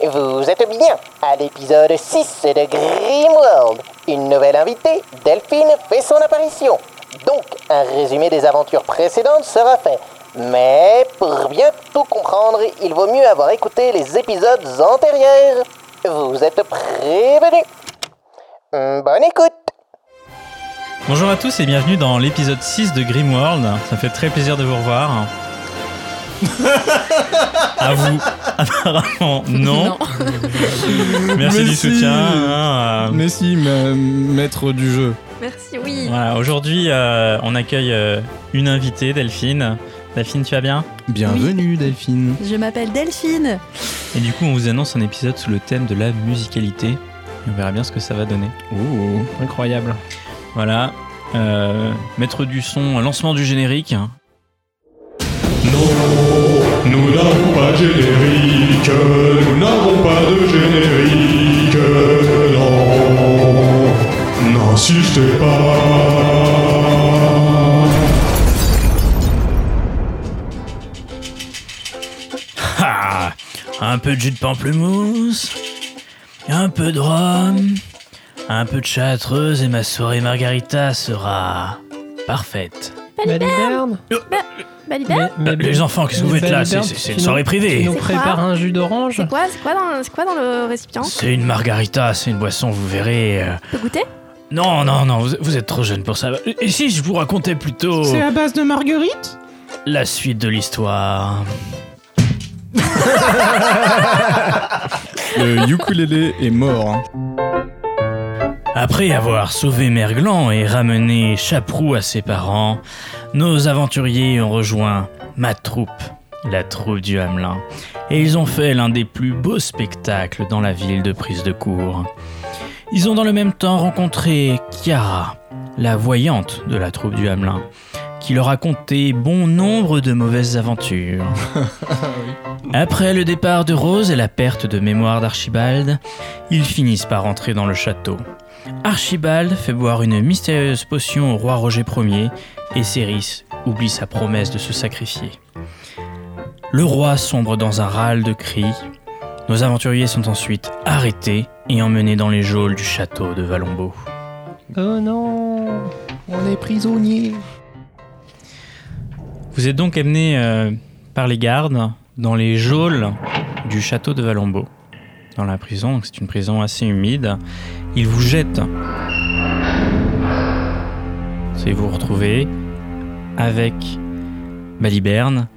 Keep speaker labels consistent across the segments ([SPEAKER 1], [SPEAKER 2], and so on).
[SPEAKER 1] Vous êtes bien à l'épisode 6 de Grimworld. Une nouvelle invitée, Delphine, fait son apparition. Donc, un résumé des aventures précédentes sera fait. Mais pour bien tout comprendre, il vaut mieux avoir écouté les épisodes antérieurs. Vous êtes prévenus. Bonne écoute.
[SPEAKER 2] Bonjour à tous et bienvenue dans l'épisode 6 de Grimworld. Ça fait très plaisir de vous revoir. à vous, apparemment, non. Merci
[SPEAKER 3] Mais
[SPEAKER 2] du
[SPEAKER 3] si.
[SPEAKER 2] soutien. hein, euh,
[SPEAKER 3] Mais si, ma- maître du jeu.
[SPEAKER 4] Merci, oui.
[SPEAKER 2] Voilà, aujourd'hui, euh, on accueille euh, une invitée, Delphine. Delphine, tu vas bien
[SPEAKER 3] Bienvenue, Delphine.
[SPEAKER 4] Je m'appelle Delphine.
[SPEAKER 2] Et du coup, on vous annonce un épisode sous le thème de la musicalité. Et on verra bien ce que ça va donner.
[SPEAKER 3] Oh,
[SPEAKER 5] Incroyable.
[SPEAKER 2] Voilà. Euh, maître du son, lancement du générique.
[SPEAKER 6] Nous n'avons pas de générique, nous n'avons pas de générique, non, n'insistez pas.
[SPEAKER 2] Ah, un peu de jus de pamplemousse, un peu de rhum, un peu de châtreuse et ma soirée margarita sera parfaite.
[SPEAKER 5] Baliberne
[SPEAKER 4] Balibert
[SPEAKER 2] Euh, les enfants, qu'est-ce que vous faites là C'est c'est- c'est une soirée
[SPEAKER 5] Tu
[SPEAKER 2] privée.
[SPEAKER 5] nous
[SPEAKER 4] C'est
[SPEAKER 5] prépares
[SPEAKER 4] quoi
[SPEAKER 5] un jus d'orange
[SPEAKER 4] C'est quoi, c'est quoi, dans- c'est quoi dans le récipient
[SPEAKER 2] C'est une margarita, c'est une boisson, vous verrez. euh.
[SPEAKER 4] Peut goûter
[SPEAKER 2] Non, non, non, vous, vous êtes trop jeune pour ça. Et si je vous racontais plutôt
[SPEAKER 5] à base de marguerite
[SPEAKER 2] la suite de l'histoire
[SPEAKER 3] le ukulélé est mort. hein.
[SPEAKER 2] Après avoir sauvé Merglan et ramené Chaprou à ses parents, nos aventuriers ont rejoint ma troupe, la troupe du Hamelin, et ils ont fait l'un des plus beaux spectacles dans la ville de prise de cour. Ils ont dans le même temps rencontré Chiara, la voyante de la troupe du Hamelin, qui leur a conté bon nombre de mauvaises aventures. Après le départ de Rose et la perte de mémoire d'Archibald, ils finissent par entrer dans le château. Archibald fait boire une mystérieuse potion au roi Roger Ier et Céris oublie sa promesse de se sacrifier. Le roi sombre dans un râle de cris. Nos aventuriers sont ensuite arrêtés et emmenés dans les geôles du château de Valombo.
[SPEAKER 5] Oh non On est prisonnier
[SPEAKER 2] Vous êtes donc amenés euh, par les gardes dans les geôles du château de Valombo. Dans la prison, donc c'est une prison assez humide. Ils vous jettent. C'est vous retrouvez avec Baliberne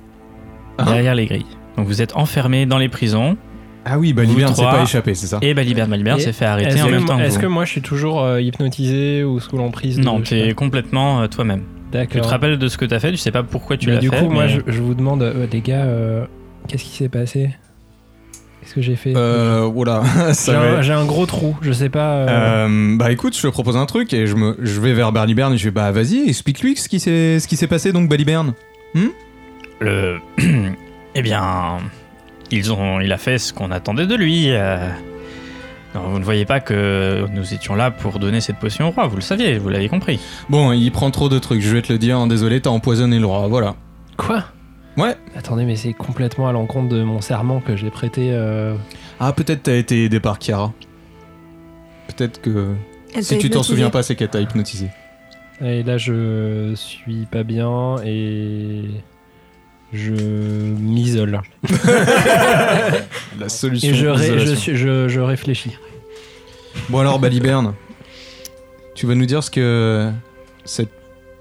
[SPEAKER 5] Ah.
[SPEAKER 2] derrière les grilles. Donc vous êtes enfermés dans les prisons
[SPEAKER 3] Ah oui,
[SPEAKER 2] Vous
[SPEAKER 3] Baliberne s'est
[SPEAKER 2] trois.
[SPEAKER 3] pas échappé, c'est ça
[SPEAKER 2] et Baliberne Baliberne
[SPEAKER 5] Et
[SPEAKER 2] s'est fait
[SPEAKER 5] Est-ce
[SPEAKER 2] arrêter en même temps
[SPEAKER 5] que,
[SPEAKER 2] que
[SPEAKER 5] est-ce que
[SPEAKER 2] vous.
[SPEAKER 5] moi je suis toujours euh, hypnotisé ou sous l'emprise de-
[SPEAKER 2] Non,
[SPEAKER 5] je sais
[SPEAKER 2] t'es complètement euh, toi-même.
[SPEAKER 5] pas.
[SPEAKER 2] Tu te
[SPEAKER 5] D'accord.
[SPEAKER 2] rappelles de ce que t'as fait, tu sais pas pourquoi tu
[SPEAKER 5] Mais
[SPEAKER 2] l'as fait.
[SPEAKER 5] du coup, moi
[SPEAKER 2] mais-
[SPEAKER 5] je, je vous demande, euh, les gars, euh, qu'est-ce qui s'est passé Qu'est-ce que j'ai fait
[SPEAKER 3] Euh, voilà,
[SPEAKER 5] J'ai
[SPEAKER 3] ça va.
[SPEAKER 5] un, j'ai un gros trou, je sais pas. euh,
[SPEAKER 3] Euh, bah écoute, je te propose un truc et je, me, je vais vers Baliberne et je fais bah vas-y, explique-lui ce qui s'est ce qui s'est passé donc Baliberne.
[SPEAKER 2] Le. eh bien. Ils ont, il a fait ce qu'on attendait de lui. euh. Non, vous ne voyez pas que nous étions là pour donner cette potion au roi, vous le saviez, vous l'avez compris.
[SPEAKER 3] Bon, il prend trop de trucs, je vais te le dire, hein, désolé, t'as empoisonné le roi, voilà.
[SPEAKER 5] Quoi
[SPEAKER 3] Ouais.
[SPEAKER 5] Attendez, mais c'est complètement à l'encontre de mon serment que j'ai prêté. euh,
[SPEAKER 3] Ah peut-être t'as été aidé par Chiara. Peut-être que si tu t'en souviens pas, c'est qu'elle t'a hypnotisé.
[SPEAKER 5] Et là, je suis pas bien et je m'isole.
[SPEAKER 3] La solution.
[SPEAKER 5] Et je, ré- je,
[SPEAKER 3] isolation.
[SPEAKER 5] suis- je, je réfléchis.
[SPEAKER 3] Bon alors Baliberne, tu vas nous dire ce que cette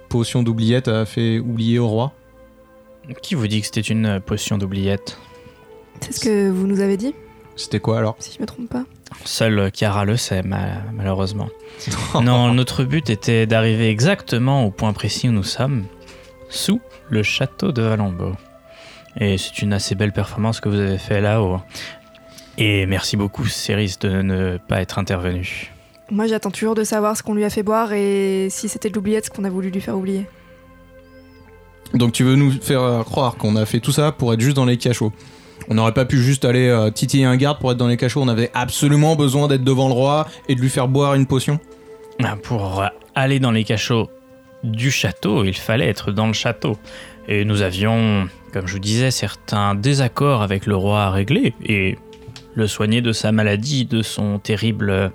[SPEAKER 3] potion d'oubliette a fait oublier au roi
[SPEAKER 2] Qui vous dit que c'était une euh, potion d'oubliette
[SPEAKER 4] C'est ce que vous nous avez dit,
[SPEAKER 3] C'était quoi alors
[SPEAKER 4] si je me trompe pas.
[SPEAKER 2] Seule Chiara le sait, ma- malheureusement. non, notre but était d'arriver exactement au point précis où nous sommes, sous le château de Valombo. Et c'est une assez belle performance que vous avez fait là-haut. Et merci beaucoup, Céris, de ne pas être intervenu.
[SPEAKER 4] Moi, j'attends toujours de savoir ce qu'on lui a fait boire et si c'était de l'oubliette, ce qu'on a voulu lui faire oublier.
[SPEAKER 3] Donc tu veux nous faire euh, croire qu'on a fait tout ça pour être juste dans les cachots on n'aurait pas pu juste aller euh, titiller un garde pour être dans les cachots. On avait absolument besoin d'être devant le roi et de lui faire boire une potion.
[SPEAKER 2] Ah, Pour euh, aller dans les cachots du château, il fallait être dans le château. Et nous avions, comme je vous disais, certains désaccords avec le roi à régler. Et le soigner de sa maladie, de son terrible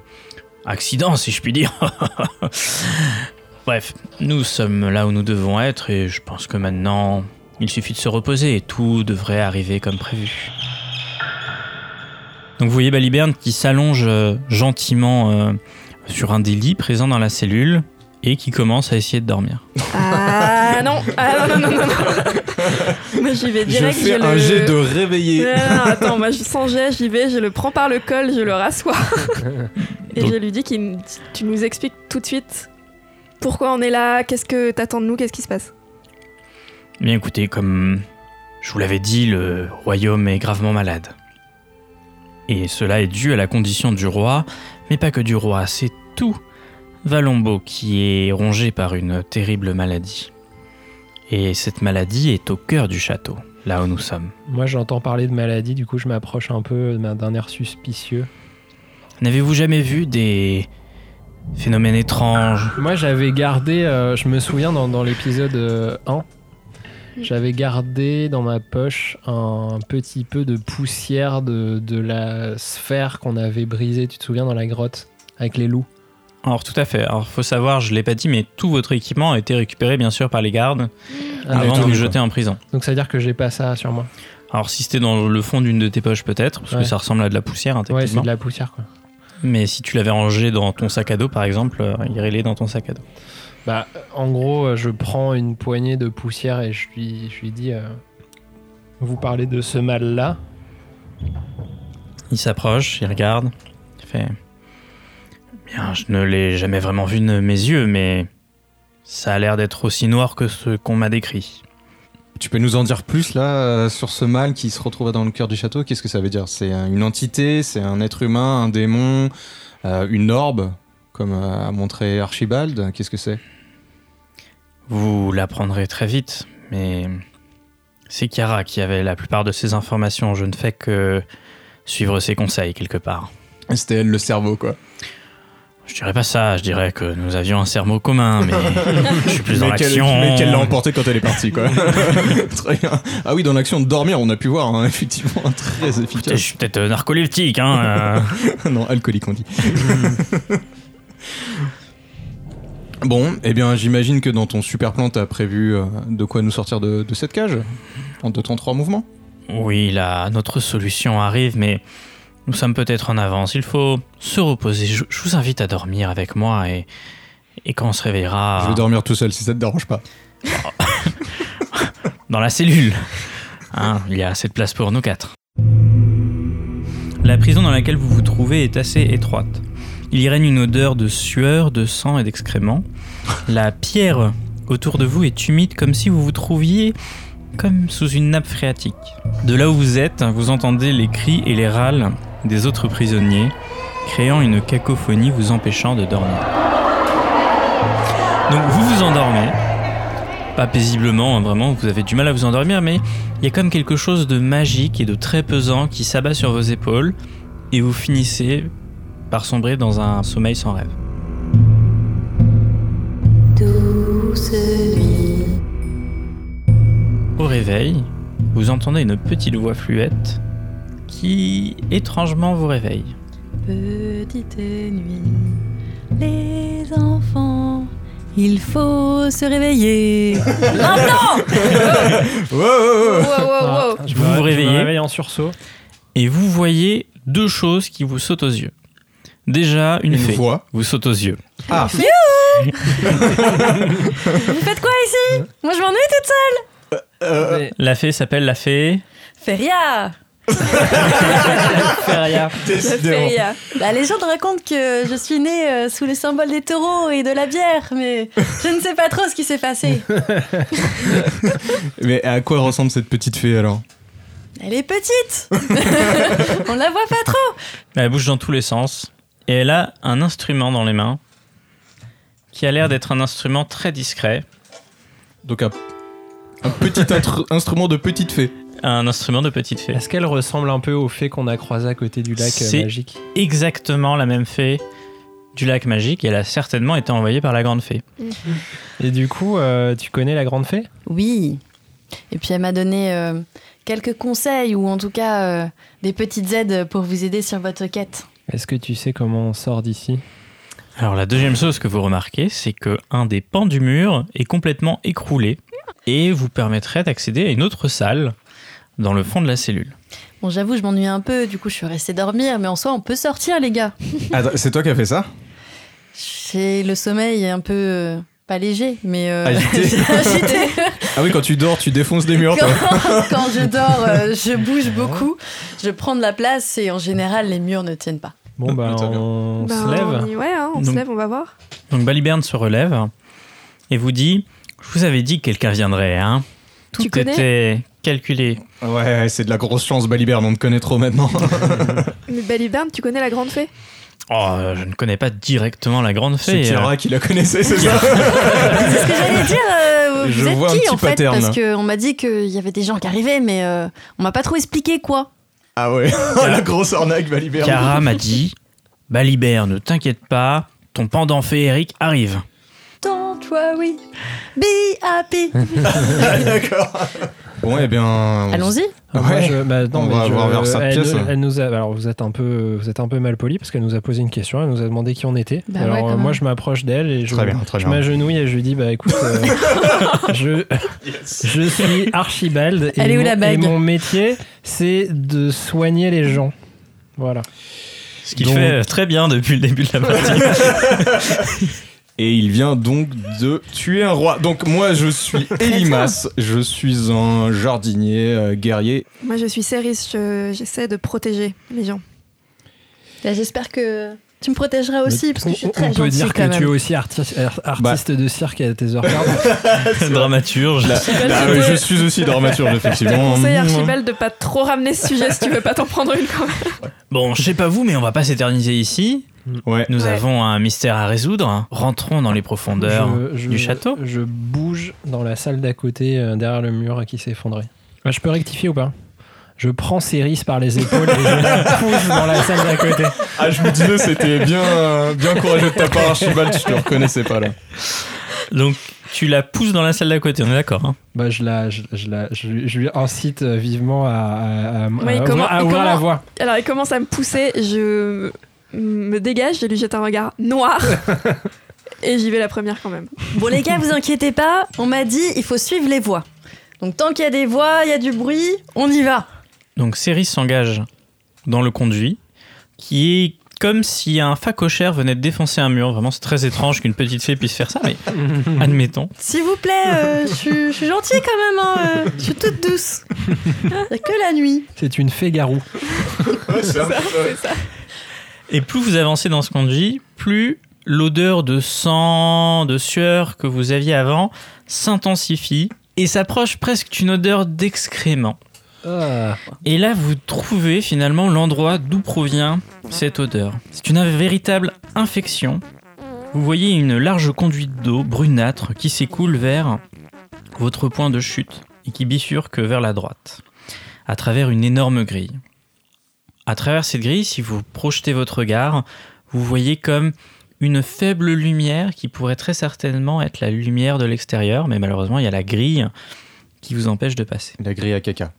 [SPEAKER 2] accident, si je puis dire. Bref, nous sommes là où nous devons être et je pense que maintenant, il suffit de se reposer et tout devrait arriver comme prévu. Donc vous voyez Baliberne qui s'allonge euh, gentiment euh, sur un des lits présents dans la cellule et qui commence à essayer de dormir.
[SPEAKER 7] Ah non, ah non, non, non, non, non. Moi j'y vais direct.
[SPEAKER 8] je fais un
[SPEAKER 7] le-
[SPEAKER 8] jet de réveiller.
[SPEAKER 7] Non, non, non, Ah, attends, moi je sans jet, j'y vais, je le prends par le col, je le rassois. Et
[SPEAKER 2] Donc-
[SPEAKER 7] je lui dis qu'il tu nous expliques tout de suite pourquoi on est là, qu'est-ce que t'attends de nous, qu'est-ce qui se passe.
[SPEAKER 2] Eh Bien écoutez, comme je vous l'avais dit, le royaume est gravement malade. Et cela est dû à la condition du roi, mais pas que du roi, c'est tout Valombo qui est rongé par une terrible maladie. Et cette maladie est au cœur du château, là où nous sommes.
[SPEAKER 5] Moi, j'entends parler de maladie, du coup, je m'approche un peu d'un d'un air suspicieux.
[SPEAKER 2] N'avez-vous jamais vu des phénomènes étranges
[SPEAKER 5] Moi, j'avais gardé, euh, je me souviens dans, dans l'épisode euh, 1, j'avais gardé dans ma poche un petit peu de poussière de, de la sphère qu'on avait brisée, tu te souviens, dans la grotte, avec les loups.
[SPEAKER 2] Alors tout à fait, alors faut savoir, je l'ai pas dit, mais tout votre équipement a été récupéré bien sûr par les gardes
[SPEAKER 5] Ah,
[SPEAKER 2] avant de
[SPEAKER 5] d'accord.
[SPEAKER 2] vous jeter en prison.
[SPEAKER 5] Donc, ça veut dire que j'ai pas ça sur moi.
[SPEAKER 2] Alors si c'était dans le fond d'une de tes poches peut-être, parce
[SPEAKER 5] Ouais.
[SPEAKER 2] que ça ressemble à de la poussière hein,
[SPEAKER 5] Ouais, c'est
[SPEAKER 2] techniquement.
[SPEAKER 5] de la poussière, quoi.
[SPEAKER 2] Mais si tu l'avais rangé dans ton sac à dos par exemple, euh, il irait dans ton sac à dos.
[SPEAKER 5] Bah, en gros, euh, je prends une poignée de poussière et je lui, je lui dis euh, Vous parlez de ce mal-là
[SPEAKER 2] Il s'approche, il regarde, il fait... Bien, je ne l'ai jamais vraiment vu de mes yeux, mais ça a l'air d'être aussi noir que ce qu'on m'a décrit.
[SPEAKER 8] Tu peux nous en dire plus là euh, sur ce mal qui se retrouve dans le cœur du château Qu'est-ce que ça veut dire C'est euh, une entité, c'est un être humain, un démon, euh, une orbe, comme euh, a montré Archibald. Qu'est-ce que c'est
[SPEAKER 2] Vous l'apprendrez très vite, mais c'est Chiara qui avait la plupart de ces informations. Je ne fais que suivre ses conseils quelque part.
[SPEAKER 8] C'était elle, le cerveau quoi.
[SPEAKER 2] Je dirais pas ça, je dirais que nous avions un cerveau commun, mais je suis plus dans
[SPEAKER 8] mais qu'elle
[SPEAKER 2] l'action.
[SPEAKER 8] mais qu'elle l'a emporté quand elle est partie quoi. Très bien. Ah oui, dans l'action de dormir, on a pu voir hein, effectivement très
[SPEAKER 2] Écoutez, Je
[SPEAKER 8] efficace.
[SPEAKER 2] suis peut-être euh, narcoleptique, hein. euh.
[SPEAKER 8] non, alcoolique on dit. Bon, eh bien, j'imagine que dans ton super plan, t'as prévu euh, de quoi nous sortir de, de cette cage en deux temps trois mouvements.
[SPEAKER 2] Oui, là, notre solution arrive, mais nous sommes peut-être en avance. Il faut se reposer. Je, je vous invite à dormir avec moi et, et quand on se
[SPEAKER 3] Ah.
[SPEAKER 2] réveillera.
[SPEAKER 8] Je vais dormir tout seul si ça te dérange pas.
[SPEAKER 2] dans la cellule. Hein, il y a assez de place pour nous quatre. La prison dans laquelle vous vous trouvez est assez étroite. Il y règne une odeur de sueur, de sang et d'excréments. La pierre autour de vous est humide comme si vous vous trouviez comme sous une nappe phréatique. De là où vous êtes, vous entendez les cris et les râles des autres prisonniers, créant une cacophonie vous empêchant de dormir. Donc vous vous endormez pas paisiblement, hein, vraiment, vous avez du mal à vous endormir, mais il y a comme quelque chose de magique et de très pesant qui s'abat sur vos épaules, et vous finissez par sombrer dans un sommeil sans rêve. Au réveil, vous entendez une petite voix fluette qui étrangement vous réveille.
[SPEAKER 4] Petite nuit, les enfants, il faut se réveiller. Maintenant
[SPEAKER 7] Wow,
[SPEAKER 4] Oh,
[SPEAKER 7] wow, wow.
[SPEAKER 5] Ah, je
[SPEAKER 2] Vous
[SPEAKER 5] me-
[SPEAKER 2] vous
[SPEAKER 5] Je
[SPEAKER 2] réveillez
[SPEAKER 5] me réveille en sursaut.
[SPEAKER 2] Et vous voyez deux choses qui vous sautent aux yeux. Déjà, une,
[SPEAKER 8] Une
[SPEAKER 2] fée
[SPEAKER 8] voix.
[SPEAKER 2] vous saute aux yeux.
[SPEAKER 8] Ah,
[SPEAKER 4] Vous faites quoi ici Moi je m'ennuie toute seule
[SPEAKER 5] Mais-
[SPEAKER 2] La fée s'appelle la fée.
[SPEAKER 4] Feria
[SPEAKER 5] Feria.
[SPEAKER 7] La
[SPEAKER 8] décidément.
[SPEAKER 7] feria.
[SPEAKER 4] La Bah, légende raconte que je suis née euh, sous le symbole des taureaux et de la bière, mais je ne sais pas trop ce qui s'est passé.
[SPEAKER 8] Mais à quoi ressemble cette petite fée alors
[SPEAKER 4] Elle est petite On la voit pas trop
[SPEAKER 2] Elle bouge dans tous les sens. Et elle a un instrument dans les mains qui a l'air d'être un instrument très discret.
[SPEAKER 8] Donc un, un petit intr- instrument de petite fée.
[SPEAKER 2] Un instrument de petite fée.
[SPEAKER 5] Est-ce qu'elle ressemble un peu au fait qu'on a croisé à côté du lac euh,
[SPEAKER 2] C'est-
[SPEAKER 5] magique
[SPEAKER 2] Exactement la même fée du lac magique. Et elle a certainement été envoyée par la grande fée.
[SPEAKER 5] Et du coup, euh, tu connais la grande fée
[SPEAKER 4] Oui, Et puis elle m'a donné euh, quelques conseils ou en tout cas euh, des petites aides pour vous aider sur votre quête.
[SPEAKER 5] Est-ce que tu sais comment on sort d'ici
[SPEAKER 2] Alors la deuxième chose que vous remarquez, c'est que un des pans du mur est complètement écroulé et vous permettrait d'accéder à une autre salle dans le fond de la cellule.
[SPEAKER 4] Bon, j'avoue, je m'ennuie un peu, du coup je suis restée dormir, mais en soi on peut sortir les gars.
[SPEAKER 3] Attends, c'est toi qui as fait ça
[SPEAKER 4] J'ai le sommeil est un peu euh, pas léger, mais euh,
[SPEAKER 3] Agité.
[SPEAKER 4] j'ai agité.
[SPEAKER 3] Ah oui, quand tu dors, tu défonces des murs,
[SPEAKER 4] quand,
[SPEAKER 3] toi.
[SPEAKER 4] quand je dors, euh, je bouge beaucoup, je prends de la place et en général les murs ne tiennent pas.
[SPEAKER 5] Bon, bah,
[SPEAKER 3] Ah, Très bien.
[SPEAKER 5] on
[SPEAKER 7] Ben,
[SPEAKER 5] se lève.
[SPEAKER 7] on y- Ouais, hein, on se
[SPEAKER 2] Donc-
[SPEAKER 7] lève, on va voir.
[SPEAKER 2] Donc Baliberne se relève et vous dit Je vous avais dit que quelqu'un viendrait, hein Tout
[SPEAKER 7] Tu connais
[SPEAKER 2] était calculé.
[SPEAKER 3] Ouais, c'est de la grosse chance, Baliberne, on te connaît trop maintenant.
[SPEAKER 7] Mais Baliberne, tu connais la grande fée
[SPEAKER 2] Oh, je ne connais pas directement la grande
[SPEAKER 3] C'est
[SPEAKER 2] fée. euh,
[SPEAKER 3] Kira qui la connaissait, c'est ça
[SPEAKER 4] C'est ce que j'allais dire. euh, vous
[SPEAKER 3] Je
[SPEAKER 4] êtes
[SPEAKER 3] vois un
[SPEAKER 4] qui
[SPEAKER 3] petit
[SPEAKER 4] en fait
[SPEAKER 3] pattern.
[SPEAKER 4] Parce qu'on m'a dit qu'il y avait des gens qui arrivaient, mais euh, on m'a pas trop expliqué quoi.
[SPEAKER 3] Ah ouais, la grosse arnaque, Baliberne.
[SPEAKER 2] Kara m'a dit Baliberne, ne t'inquiète pas, ton pendant féerique arrive.
[SPEAKER 4] Don't worry, be happy.
[SPEAKER 3] D'accord. Bon, eh bien.
[SPEAKER 4] Allons-y.
[SPEAKER 5] Ah, moi,
[SPEAKER 3] Ouais.
[SPEAKER 5] je- bah, non,
[SPEAKER 3] On
[SPEAKER 5] mais
[SPEAKER 3] va
[SPEAKER 5] je-
[SPEAKER 3] voir vers sa
[SPEAKER 5] elle,
[SPEAKER 3] pièce.
[SPEAKER 5] nous- elle nous a, alors vous êtes un peu, vous êtes un peu mal poli parce qu'elle nous a posé une question, elle nous a demandé qui on était.
[SPEAKER 4] Bah ouais,
[SPEAKER 5] alors
[SPEAKER 4] quand
[SPEAKER 5] euh,
[SPEAKER 4] même.
[SPEAKER 5] moi je m'approche d'elle et je,
[SPEAKER 3] Très bien, très
[SPEAKER 5] je
[SPEAKER 3] bien.
[SPEAKER 5] m'agenouille et je lui dis bah écoute, euh, je, je suis Archibald et,
[SPEAKER 4] Elle est où
[SPEAKER 5] mon,
[SPEAKER 4] la
[SPEAKER 5] et
[SPEAKER 4] bague
[SPEAKER 5] mon métier c'est de soigner les gens. Voilà.
[SPEAKER 2] Ce qu'il
[SPEAKER 5] Donc-
[SPEAKER 2] fait euh, très bien depuis le début de la partie.
[SPEAKER 3] Et il vient donc de tuer un roi. Donc, moi, je suis Elimas. Je suis un jardinier euh, guerrier.
[SPEAKER 7] Moi, je suis Ceris, je- j'essaie de protéger les gens.
[SPEAKER 4] J'espère que tu me protégeras aussi, parce que
[SPEAKER 5] on,
[SPEAKER 4] je suis
[SPEAKER 5] on
[SPEAKER 4] très
[SPEAKER 5] peut
[SPEAKER 4] gentille
[SPEAKER 5] dire
[SPEAKER 4] quand
[SPEAKER 5] que tu es
[SPEAKER 4] même.
[SPEAKER 5] aussi arti- ar-
[SPEAKER 2] Bah.
[SPEAKER 5] artiste de cirque à tes heures perdues.
[SPEAKER 2] Dramaturge.
[SPEAKER 3] Ah ouais, je suis aussi dramaturge, effectivement. Hmm.
[SPEAKER 7] Conseil Archibald de pas trop ramener ce sujet si tu veux pas t'en prendre une quand même.
[SPEAKER 2] Bon, je sais pas vous, mais on va pas s'éterniser ici.
[SPEAKER 3] Ouais.
[SPEAKER 2] Nous
[SPEAKER 7] Ouais.
[SPEAKER 2] avons un mystère à résoudre. hein. Rentrons dans les profondeurs.
[SPEAKER 5] Je- je-
[SPEAKER 2] du château
[SPEAKER 5] Je bouge dans la salle d'à côté, euh, derrière le mur euh, qui s'est effondré. Ah, je peux rectifier ou pas Je prends Céris par les épaules et je la pousse dans la salle d'à côté.
[SPEAKER 3] Ah, je me disais, c'était bien, euh, bien courageux de ta part, Archibald. Je te reconnaissais pas, là.
[SPEAKER 2] Donc, tu la pousses dans la salle d'à côté, on est d'accord hein
[SPEAKER 5] Bah, je, la, je, je la, je, lui- je lui incite euh, vivement à, à, à- à
[SPEAKER 7] il
[SPEAKER 5] ouvrir-
[SPEAKER 7] commence-
[SPEAKER 5] à
[SPEAKER 7] il
[SPEAKER 5] ouvrir la
[SPEAKER 7] commence-
[SPEAKER 5] voie.
[SPEAKER 7] Alors, il commence à me pousser, je me dégage, je lui jette un regard noir. Et j'y vais la première quand même.
[SPEAKER 4] Bon les gars, vous inquiétez pas, on m'a dit il faut suivre les voies. Donc tant qu'il y a des voies, il y a du bruit, on y va.
[SPEAKER 2] Donc Céris s'engage dans le conduit, qui est comme si un facochère venait de défoncer un mur. Vraiment, c'est très étrange qu'une petite fée puisse faire ça, mais admettons.
[SPEAKER 4] S'il vous plaît, euh, je suis- je suis gentille quand même, hein, euh, je suis toute douce. Il y a que la nuit.
[SPEAKER 5] C'est une fée garou.
[SPEAKER 2] Et plus vous avancez dans ce conduit, plus l'odeur de sang, de sueur que vous aviez avant s'intensifie et s'approche presque d'une odeur d'excrément.
[SPEAKER 5] Ah.
[SPEAKER 2] Et là, vous trouvez finalement l'endroit d'où provient cette odeur. C'est une véritable infection. Vous voyez une large conduite d'eau brunâtre qui s'écoule vers votre point de chute et qui bifurque vers la droite, à travers une énorme grille. À travers cette grille, si vous projetez votre regard, vous voyez comme une faible lumière qui pourrait très certainement être la lumière de l'extérieur, mais malheureusement, il y a la grille qui vous empêche de passer.
[SPEAKER 3] La grille à caca.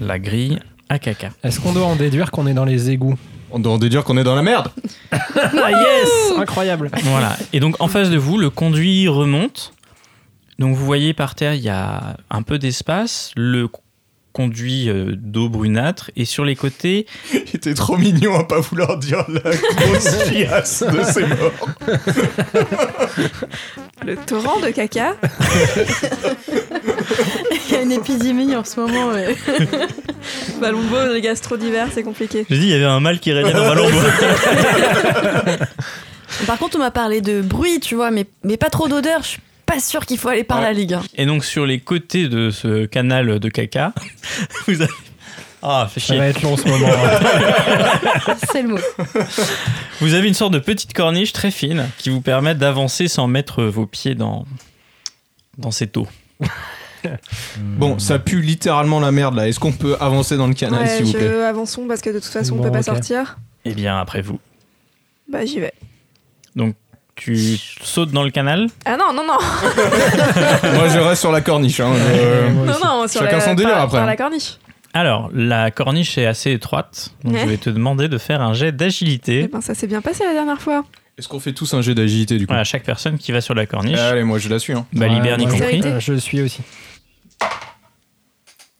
[SPEAKER 2] La grille à caca.
[SPEAKER 5] Est-ce qu'on doit en déduire qu'on est dans les égouts
[SPEAKER 3] On doit en déduire qu'on est dans la merde.
[SPEAKER 5] Ah yes Incroyable
[SPEAKER 2] Voilà. Et donc en face de vous, le conduit remonte. Donc vous voyez par terre, il y a un peu d'espace. Le conduit euh, d'eau brunâtre et sur les côtés
[SPEAKER 3] Il était trop mignon à pas vouloir dire la grosse fiasse de ses morts.
[SPEAKER 7] Le torrent de caca.
[SPEAKER 4] Il y a une épidémie en ce moment. ouais. Bah,
[SPEAKER 7] Ballon de baume, les gastro divers, c'est compliqué.
[SPEAKER 2] j'ai dit il y avait un mal qui régnait dans Valombo
[SPEAKER 4] Par contre, on m'a parlé de bruit, tu vois, mais, mais pas trop d'odeur. Je suis pas sûre qu'il faut aller par
[SPEAKER 3] Ouais.
[SPEAKER 4] la ligue.
[SPEAKER 2] et donc sur les côtés de ce canal de caca vous avez ah fait
[SPEAKER 5] Ça
[SPEAKER 2] chier
[SPEAKER 5] va être long en ce moment. hein.
[SPEAKER 4] C'est le mot.
[SPEAKER 2] vous avez une sorte de petite corniche très fine qui vous permet d'avancer sans mettre vos pieds dans dans cette eau
[SPEAKER 3] Bon, ça pue littéralement la merde là. Est-ce qu'on peut avancer dans le canal
[SPEAKER 7] Ouais,
[SPEAKER 3] s'il vous plaît
[SPEAKER 7] je avançons parce que de toute façon on
[SPEAKER 2] Eh
[SPEAKER 5] Bon,
[SPEAKER 7] peut pas
[SPEAKER 5] ok.
[SPEAKER 7] sortir.
[SPEAKER 2] et bien après vous
[SPEAKER 7] Bah j'y vais.
[SPEAKER 2] tu sautes dans le canal.
[SPEAKER 7] Ah non, non, non.
[SPEAKER 3] Moi, je reste sur la corniche. hein, je-
[SPEAKER 5] Moi
[SPEAKER 7] non,
[SPEAKER 5] aussi.
[SPEAKER 7] non sur
[SPEAKER 3] Chacun
[SPEAKER 7] la,
[SPEAKER 3] son délire,
[SPEAKER 7] par-
[SPEAKER 3] après. hein.
[SPEAKER 7] par la corniche.
[SPEAKER 2] Alors, la corniche est assez étroite, donc
[SPEAKER 7] Ouais.
[SPEAKER 2] je vais te demander de faire un jet
[SPEAKER 7] Eh
[SPEAKER 2] d'agilité
[SPEAKER 7] ben, ça s'est bien passé la dernière fois.
[SPEAKER 3] Est-ce qu'on fait tous un jet d'agilité du coup
[SPEAKER 2] à chaque personne qui va sur la corniche.
[SPEAKER 3] Allez, moi je la suis. Hein.
[SPEAKER 2] Balibert
[SPEAKER 5] Ouais,
[SPEAKER 2] y
[SPEAKER 5] ouais.
[SPEAKER 2] compris.
[SPEAKER 7] Vérité.
[SPEAKER 5] Euh, Je suis aussi.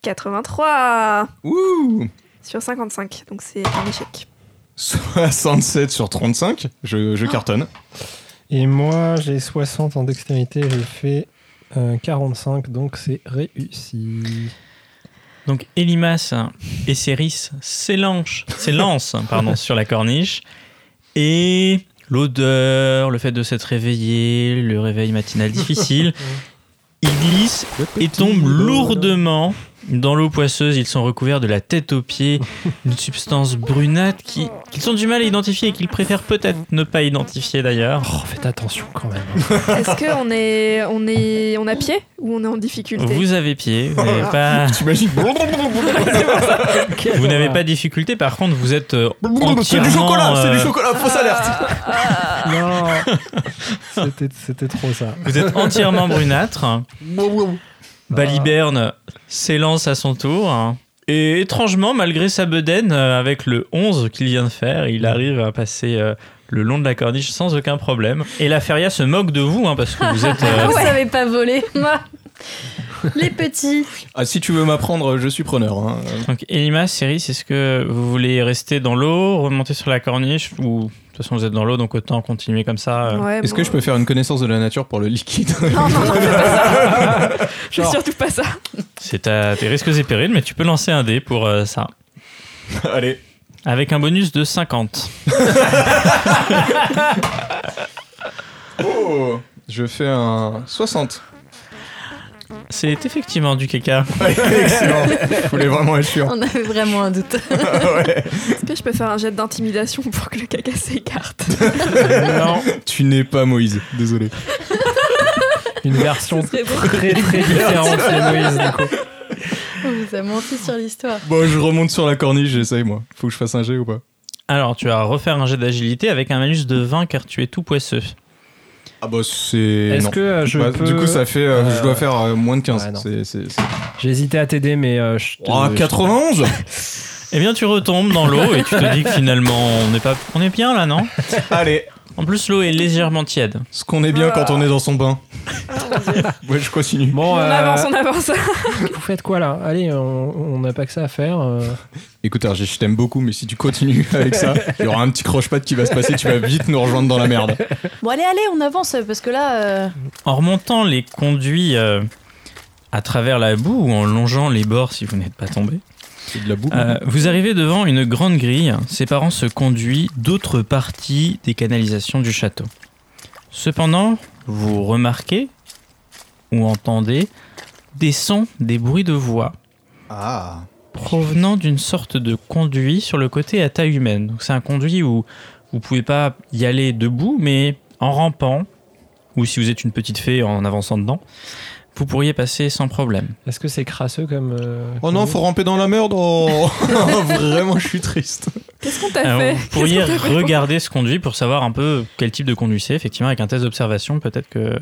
[SPEAKER 7] 83
[SPEAKER 3] Ouh
[SPEAKER 7] sur 55, donc c'est un échec.
[SPEAKER 3] 67 sur 35, je, je cartonne.
[SPEAKER 5] Et moi, j'ai 60 en dextérité, je fais euh, 45, donc c'est réussi.
[SPEAKER 2] Donc Elimas et Céris s'élancent, s'élancent pardon, sur la corniche et l'odeur, le fait de s'être réveillé, le réveil matinal difficile, ils glissent et tombent lourdement dans l'eau poisseuse. Ils sont recouverts de la tête aux pieds d'une substance brunâtre qui- qu'ils ont du mal à identifier et qu'ils préfèrent peut-être ne pas identifier d'ailleurs.
[SPEAKER 5] Oh, faites attention quand même.
[SPEAKER 7] Est-ce qu'on est, on est, on a pied ou on est en
[SPEAKER 3] Oh.
[SPEAKER 7] difficulté
[SPEAKER 2] Vous avez pied, vous n'avez pas,
[SPEAKER 3] T'imagines
[SPEAKER 2] vous n'avez pas de difficulté. Par contre, vous êtes euh,
[SPEAKER 3] C'est du
[SPEAKER 2] entièrement,
[SPEAKER 3] chocolat, c'est du
[SPEAKER 2] euh,
[SPEAKER 3] chocolat, fausse alerte
[SPEAKER 5] Non C'était- C'était trop ça.
[SPEAKER 2] Vous êtes entièrement brunâtre. Baliberne s'élance à son tour. Et étrangement, malgré sa bedaine, euh, avec le 11 qu'il vient de faire, il arrive à passer euh, le long de la corniche sans aucun problème. Et la feria se moque de vous, hein, parce que vous êtes... euh,
[SPEAKER 4] Ah, Vous savez pas voler, moi. Les petits.
[SPEAKER 3] Ah, si tu veux m'apprendre, je suis preneur. hein.
[SPEAKER 2] Donc Elima, Céris, est-ce que vous voulez rester dans l'eau, remonter sur la corniche Ou de toute façon, vous êtes dans l'eau, donc autant continuer comme ça. euh.
[SPEAKER 7] Ouais,
[SPEAKER 3] Est-ce
[SPEAKER 7] bon.
[SPEAKER 3] que je peux faire une connaissance de la nature pour le liquide
[SPEAKER 7] Non, non, non, fais pas ça. Fais
[SPEAKER 5] Genre.
[SPEAKER 7] surtout pas ça.
[SPEAKER 2] C'est à tes risques et périls, mais tu peux lancer un dé pour euh, ça.
[SPEAKER 3] Allez.
[SPEAKER 2] Avec un bonus de 50.
[SPEAKER 3] Oh Je fais un 60.
[SPEAKER 2] C'est effectivement du caca.
[SPEAKER 3] Excellent. Je voulais vraiment être sûr. Ah
[SPEAKER 4] On avait vraiment un doute.
[SPEAKER 7] Est-ce que je peux faire un jet d'intimidation pour que le caca s'écarte
[SPEAKER 3] Non. Tu n'es pas Moïse, désolé.
[SPEAKER 5] Une version
[SPEAKER 4] C'est bon,
[SPEAKER 5] très très différente de Moïse, du coup.
[SPEAKER 4] on vous a menti sur l'histoire.
[SPEAKER 3] Bon, je remonte sur la corniche, j'essaye moi. Faut que je fasse un jet ou pas
[SPEAKER 2] Alors, tu vas refaire un jet d'agilité avec un malus de 20 car tu es tout poisseux.
[SPEAKER 3] Ah bah c'est...
[SPEAKER 5] Est-ce
[SPEAKER 3] non.
[SPEAKER 5] que euh, je
[SPEAKER 3] Bah,
[SPEAKER 5] peux...
[SPEAKER 3] Du coup, ça fait... euh,
[SPEAKER 5] Euh,
[SPEAKER 3] Je dois faire euh, moins de 15.
[SPEAKER 5] ouais, non.
[SPEAKER 3] C'est- c'est- c'est-
[SPEAKER 5] J'ai hésité à t'aider, mais... euh, je te-
[SPEAKER 3] Oh,
[SPEAKER 5] je-
[SPEAKER 3] 91
[SPEAKER 2] Eh bien, tu retombes dans l'eau et tu te dis que finalement, on est, pas... on est bien là, non
[SPEAKER 3] Allez
[SPEAKER 2] En plus, l'eau est légèrement tiède.
[SPEAKER 3] Ce qu'on est bien quand on est dans son bain.
[SPEAKER 4] Ah,
[SPEAKER 3] Ouais, je continue.
[SPEAKER 5] Bon,
[SPEAKER 7] On
[SPEAKER 5] euh,
[SPEAKER 7] avance, on avance.
[SPEAKER 5] vous faites quoi là Allez, on on n'a pas que ça à faire. euh.
[SPEAKER 3] Écoute, Hergé, je t'aime beaucoup, mais si tu continues avec ça, il y aura un petit croche-patte qui va se passer, tu vas vite nous rejoindre dans la merde.
[SPEAKER 4] Bon, allez, allez, on avance parce que là. euh,
[SPEAKER 2] En remontant les conduits euh, à travers la boue ou en longeant les bords si vous n'êtes pas tombé,
[SPEAKER 3] C'est de la boue. hein.
[SPEAKER 2] euh, vous arrivez devant une grande grille séparant ce conduit d'autres parties des canalisations du château. Cependant, vous remarquez ou entendez des sons, des bruits de voix.
[SPEAKER 3] Ah.
[SPEAKER 2] provenant d'une sorte de conduit sur le côté à taille humaine. Donc c'est un conduit où vous pouvez pas y aller debout, mais en rampant, ou si vous êtes une petite fée en avançant dedans, vous pourriez passer sans problème.
[SPEAKER 5] Est-ce que c'est crasseux comme... euh,
[SPEAKER 3] Oh non,
[SPEAKER 5] comme-
[SPEAKER 3] faut ramper dans la merde. Oh. Vraiment, je suis triste.
[SPEAKER 7] Qu'est-ce
[SPEAKER 4] Ah,
[SPEAKER 7] qu'on t'a
[SPEAKER 2] Alors,
[SPEAKER 7] fait
[SPEAKER 2] vous pourriez
[SPEAKER 7] Qu'est-ce qu'on t'a fait
[SPEAKER 2] regarder ce conduit pour savoir un peu quel type de conduit c'est. Effectivement, avec un test d'observation, peut-être que...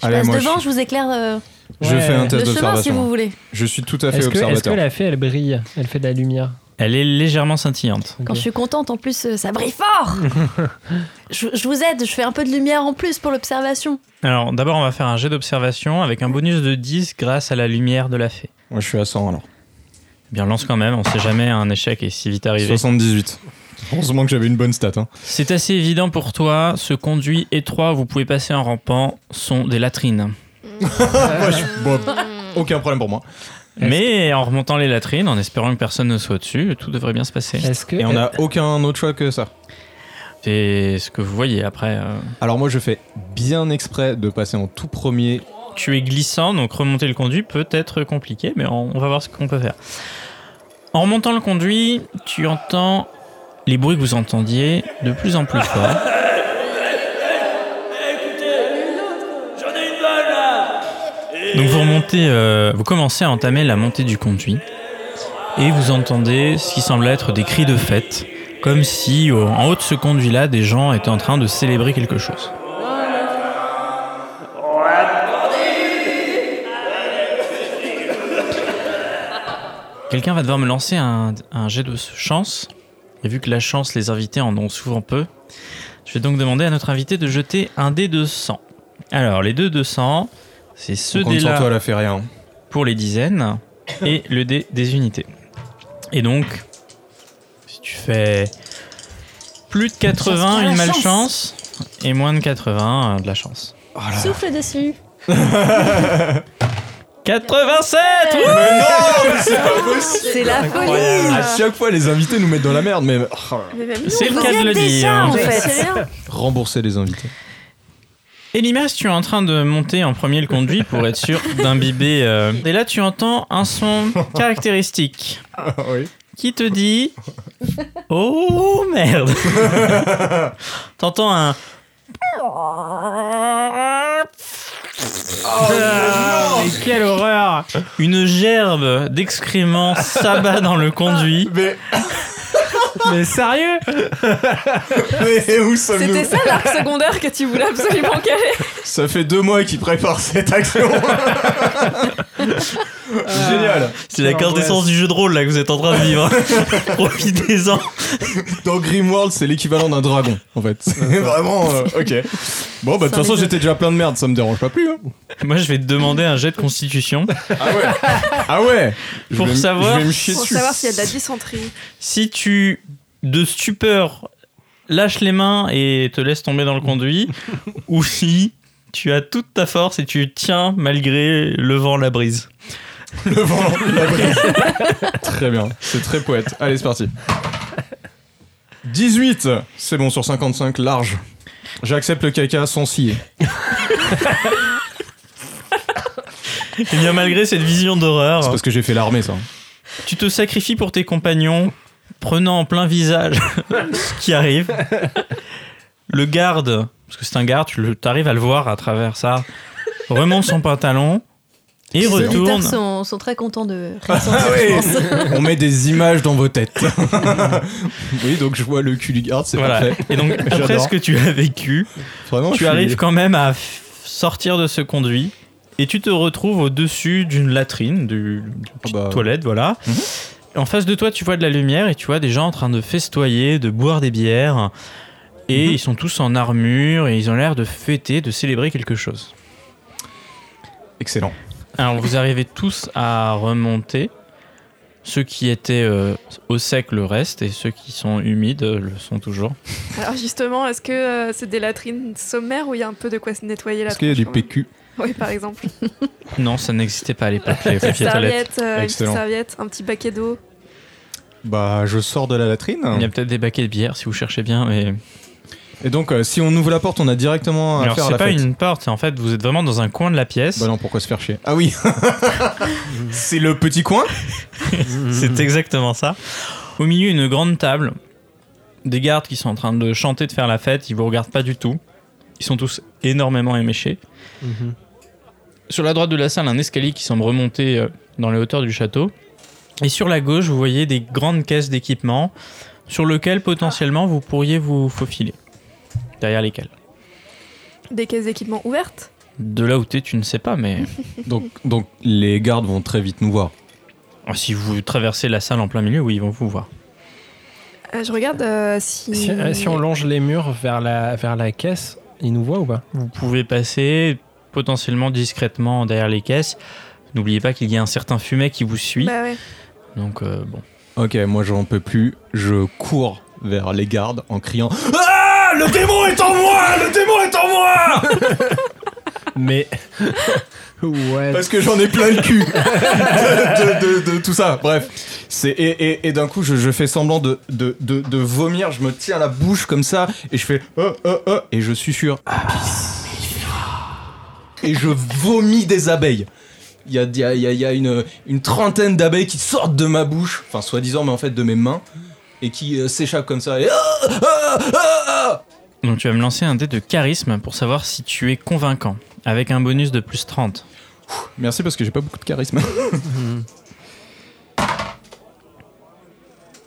[SPEAKER 4] Je
[SPEAKER 3] Allez,
[SPEAKER 4] passe
[SPEAKER 3] moi,
[SPEAKER 4] devant,
[SPEAKER 3] je-
[SPEAKER 4] je... vous éclaire euh,
[SPEAKER 3] Je
[SPEAKER 5] Ouais.
[SPEAKER 3] fais un
[SPEAKER 4] le chemin si
[SPEAKER 3] test d'observation.
[SPEAKER 4] vous voulez.
[SPEAKER 3] Je suis tout à fait
[SPEAKER 5] Est-ce que, est-ce que
[SPEAKER 3] observateur.
[SPEAKER 5] la fée, elle brille Elle fait de la lumière
[SPEAKER 2] Elle est légèrement scintillante.
[SPEAKER 5] Ok.
[SPEAKER 4] Quand je suis contente, en plus, euh, ça brille fort. je, je vous aide, je fais un peu de lumière en plus pour l'observation.
[SPEAKER 2] Alors d'abord, on va faire un jet d'observation avec un bonus de 10 grâce à la lumière de la fée.
[SPEAKER 3] Moi, je suis à 100 alors.
[SPEAKER 2] Eh bien, lance quand même, on sait jamais, un échec est si vite arrivé.
[SPEAKER 3] 78. Heureusement que j'avais une bonne stat. hein.
[SPEAKER 2] C'est assez évident pour toi, ce conduit étroit où vous pouvez passer en rampant sont des latrines.
[SPEAKER 4] Ah,
[SPEAKER 3] Moi, je- bon,
[SPEAKER 4] Mm.
[SPEAKER 3] aucun problème pour moi.
[SPEAKER 5] Est-ce-
[SPEAKER 2] Mais en remontant les latrines, en espérant que personne ne soit dessus, tout devrait bien se passer.
[SPEAKER 5] Est-ce que...
[SPEAKER 3] Et on a aucun autre choix que ça.
[SPEAKER 2] C'est ce que vous voyez après. euh,
[SPEAKER 3] Alors moi, je fais bien exprès de passer en tout premier.
[SPEAKER 2] Tu es glissant, donc remonter le conduit peut être compliqué, mais on, on va voir ce qu'on peut faire. En remontant le conduit, tu entends les bruits que vous entendiez de plus en plus forts. Donc vous remontez, euh, vous commencez à entamer la montée du conduit et vous entendez ce qui semble être des cris de fête, comme si au- en haut de ce conduit-là, des gens étaient en train de célébrer quelque chose.
[SPEAKER 4] Oh
[SPEAKER 2] Quelqu'un va devoir me lancer un, un jet de chance. Et vu que la chance, les invités en ont souvent peu, je vais donc demander à notre invité de jeter un dé de 100. Alors, les deux 200, c'est ce
[SPEAKER 3] On compte sur
[SPEAKER 2] dé-là
[SPEAKER 3] toi, la hein. fait rien.
[SPEAKER 2] pour les dizaines et le dé des unités. Et donc, si tu fais plus de 80, une
[SPEAKER 4] la chance.
[SPEAKER 2] malchance, et moins de 80, euh, de la chance.
[SPEAKER 4] Souffle dessus.
[SPEAKER 2] 87
[SPEAKER 4] C'est la
[SPEAKER 3] À
[SPEAKER 7] Ah.
[SPEAKER 4] folie.
[SPEAKER 3] chaque fois, les invités nous mettent dans la merde, mais oh.
[SPEAKER 7] Mais même nous,
[SPEAKER 2] C'est
[SPEAKER 7] on
[SPEAKER 2] le
[SPEAKER 7] veut
[SPEAKER 2] cas
[SPEAKER 7] bien
[SPEAKER 2] de le
[SPEAKER 7] des
[SPEAKER 2] dire.
[SPEAKER 7] gens,
[SPEAKER 2] hein.
[SPEAKER 4] en fait.
[SPEAKER 7] C'est rien.
[SPEAKER 3] rembourser les invités.
[SPEAKER 2] Et Limas, tu es en train de monter en premier le conduit pour être sûr d'imbiber. euh, Et là, tu entends un son caractéristique qui te dit Oh merde T'entends un. Ah, mais quelle horreur Une gerbe d'excréments s'abat dans le conduit.
[SPEAKER 3] Mais,
[SPEAKER 5] Mais sérieux
[SPEAKER 3] mais où sommes-nous
[SPEAKER 7] C'était ça l'arc secondaire que tu voulais absolument caler.
[SPEAKER 3] Ça fait deux mois qu'ils préparent cette action. Génial.
[SPEAKER 7] Ah.
[SPEAKER 2] C'est la
[SPEAKER 5] Quelle
[SPEAKER 2] quintessence du jeu de rôle là que vous êtes en train de vivre. Profitez-en.
[SPEAKER 3] Dans Grimworld, c'est l'équivalent d'un dragon, en fait. C'est vraiment. euh, ok. Bon, bah de toute façon, j'étais déjà plein de merde, ça me dérange pas plus. hein.
[SPEAKER 2] Moi, je vais te demander un jet de constitution.
[SPEAKER 3] Ah ouais. Ah ouais. Je
[SPEAKER 2] Pour
[SPEAKER 3] vais me-
[SPEAKER 2] savoir-
[SPEAKER 3] Je vais me chier
[SPEAKER 7] Pour
[SPEAKER 3] dessus.
[SPEAKER 7] savoir s'il y a de la dysenterie.
[SPEAKER 2] Si tu, de stupeur, lâches les mains et te laisses tomber dans le conduit, ou si tu as toute ta force et tu tiens malgré le vent, la brise.
[SPEAKER 3] Le vent, la brise. très bien, c'est très poète. Allez, c'est parti. 18, c'est bon sur 55, large. J'accepte le caca sans scier.
[SPEAKER 2] Et Eh bien malgré cette vision
[SPEAKER 3] C'est
[SPEAKER 2] d'horreur,
[SPEAKER 3] parce que j'ai fait l'armée, ça.
[SPEAKER 2] tu te sacrifies pour tes compagnons, prenant en plein visage ce qui arrive. Le garde, parce que c'est un garde, tu arrives à le voir à travers ça, remonte son pantalon et
[SPEAKER 4] Les auditeurs
[SPEAKER 2] retourne. Ah
[SPEAKER 4] sont, sont très contents de ressentir,
[SPEAKER 3] Ah
[SPEAKER 4] je pense.
[SPEAKER 3] On met des images dans vos têtes. oui, donc je vois le cul du garde, c'est
[SPEAKER 2] Voilà.
[SPEAKER 3] parfait.
[SPEAKER 2] Et donc après
[SPEAKER 3] J'adore.
[SPEAKER 2] ce que tu as vécu,
[SPEAKER 3] Vraiment, Oh,
[SPEAKER 2] tu
[SPEAKER 3] je suis-
[SPEAKER 2] arrives quand même à f- sortir de ce conduit et tu te retrouves au-dessus d'une latrine, du- d'une petite
[SPEAKER 3] bah.
[SPEAKER 2] toilette, voilà.
[SPEAKER 3] Mhm.
[SPEAKER 2] En face de toi, tu vois de la lumière et tu vois des gens en train de festoyer, de boire des bières. Et
[SPEAKER 3] Mhm.
[SPEAKER 2] ils sont tous en armure et ils ont l'air de fêter, de célébrer quelque chose.
[SPEAKER 3] Excellent.
[SPEAKER 2] Alors vous arrivez tous à remonter. Ceux qui étaient euh, au sec le reste et ceux qui sont humides euh, le sont toujours.
[SPEAKER 7] Alors justement, est-ce que euh, c'est des latrines sommaires ou il y a un peu de quoi se nettoyer la
[SPEAKER 3] Est-ce qu'il y a du PQ
[SPEAKER 7] Oui, par exemple.
[SPEAKER 2] Non, ça n'existait pas à l'époque, les
[SPEAKER 7] Une
[SPEAKER 2] papiers toilettes.
[SPEAKER 7] serviette, euh, une petite
[SPEAKER 3] Excellent.
[SPEAKER 7] serviette, un petit paquet d'eau.
[SPEAKER 3] Bah, je sors de la
[SPEAKER 2] Il y a
[SPEAKER 3] latrine.
[SPEAKER 2] peut-être des baquets de bière si vous cherchez bien, mais
[SPEAKER 3] Et donc, euh, si on ouvre la porte, on a directement à
[SPEAKER 2] Alors,
[SPEAKER 3] faire
[SPEAKER 2] c'est
[SPEAKER 3] la
[SPEAKER 2] pas
[SPEAKER 3] fête.
[SPEAKER 2] une porte, en fait, vous êtes vraiment dans un coin de la pièce.
[SPEAKER 3] Bah non, pourquoi se faire chier Ah oui C'est le petit coin Mhm.
[SPEAKER 2] C'est exactement ça. Au milieu, une grande table. Des gardes qui sont en train de chanter, de faire la fête. Ils vous regardent pas du tout. Ils sont tous énormément éméchés.
[SPEAKER 5] Mhm.
[SPEAKER 2] Sur la droite de la salle, un escalier qui semble remonter euh, dans les hauteurs du château. Et sur la gauche, vous voyez des grandes caisses d'équipement sur lesquelles potentiellement vous pourriez vous faufiler. Derrière lesquelles
[SPEAKER 7] Des caisses d'équipement ouvertes
[SPEAKER 2] De là où t'es, tu ne sais pas, mais
[SPEAKER 3] donc, donc, les gardes vont très vite nous voir.
[SPEAKER 2] Ah, si vous traversez la salle en plein milieu, oui, ils vont vous voir.
[SPEAKER 7] Euh, Je regarde euh, si...
[SPEAKER 5] Si, euh, si on longe les murs vers la, vers la caisse, ils nous voient ou pas
[SPEAKER 2] Vous pouvez passer potentiellement discrètement derrière les caisses. N'oubliez pas qu'il y a un certain fumet qui vous suit.
[SPEAKER 7] Bah ouais.
[SPEAKER 2] Donc euh, bon.
[SPEAKER 3] Ok, moi j'en peux plus. Je cours vers les gardes en criant Ah Le démon est en moi Le démon est en moi
[SPEAKER 5] Mais. ouais.
[SPEAKER 3] Parce que j'en ai plein le cul de, de- de- de tout ça. Bref. C'est, et et- et d'un coup, je, je fais semblant de, de, de- de vomir. Je me tiens la bouche comme ça et je fais Oh, oh, oh Et je suis sûr. Et je vomis des abeilles. Il y a, il y a- il y a- il y a une, une trentaine d'abeilles qui sortent de ma bouche, enfin soi-disant, mais en fait de mes mains, et qui euh, s'échappent comme ça. Et Ah, ah, ah, ah
[SPEAKER 2] Donc tu vas me lancer un dé de charisme pour savoir si tu es convaincant. Avec un bonus de plus 30.
[SPEAKER 3] Merci parce que j'ai pas beaucoup de charisme.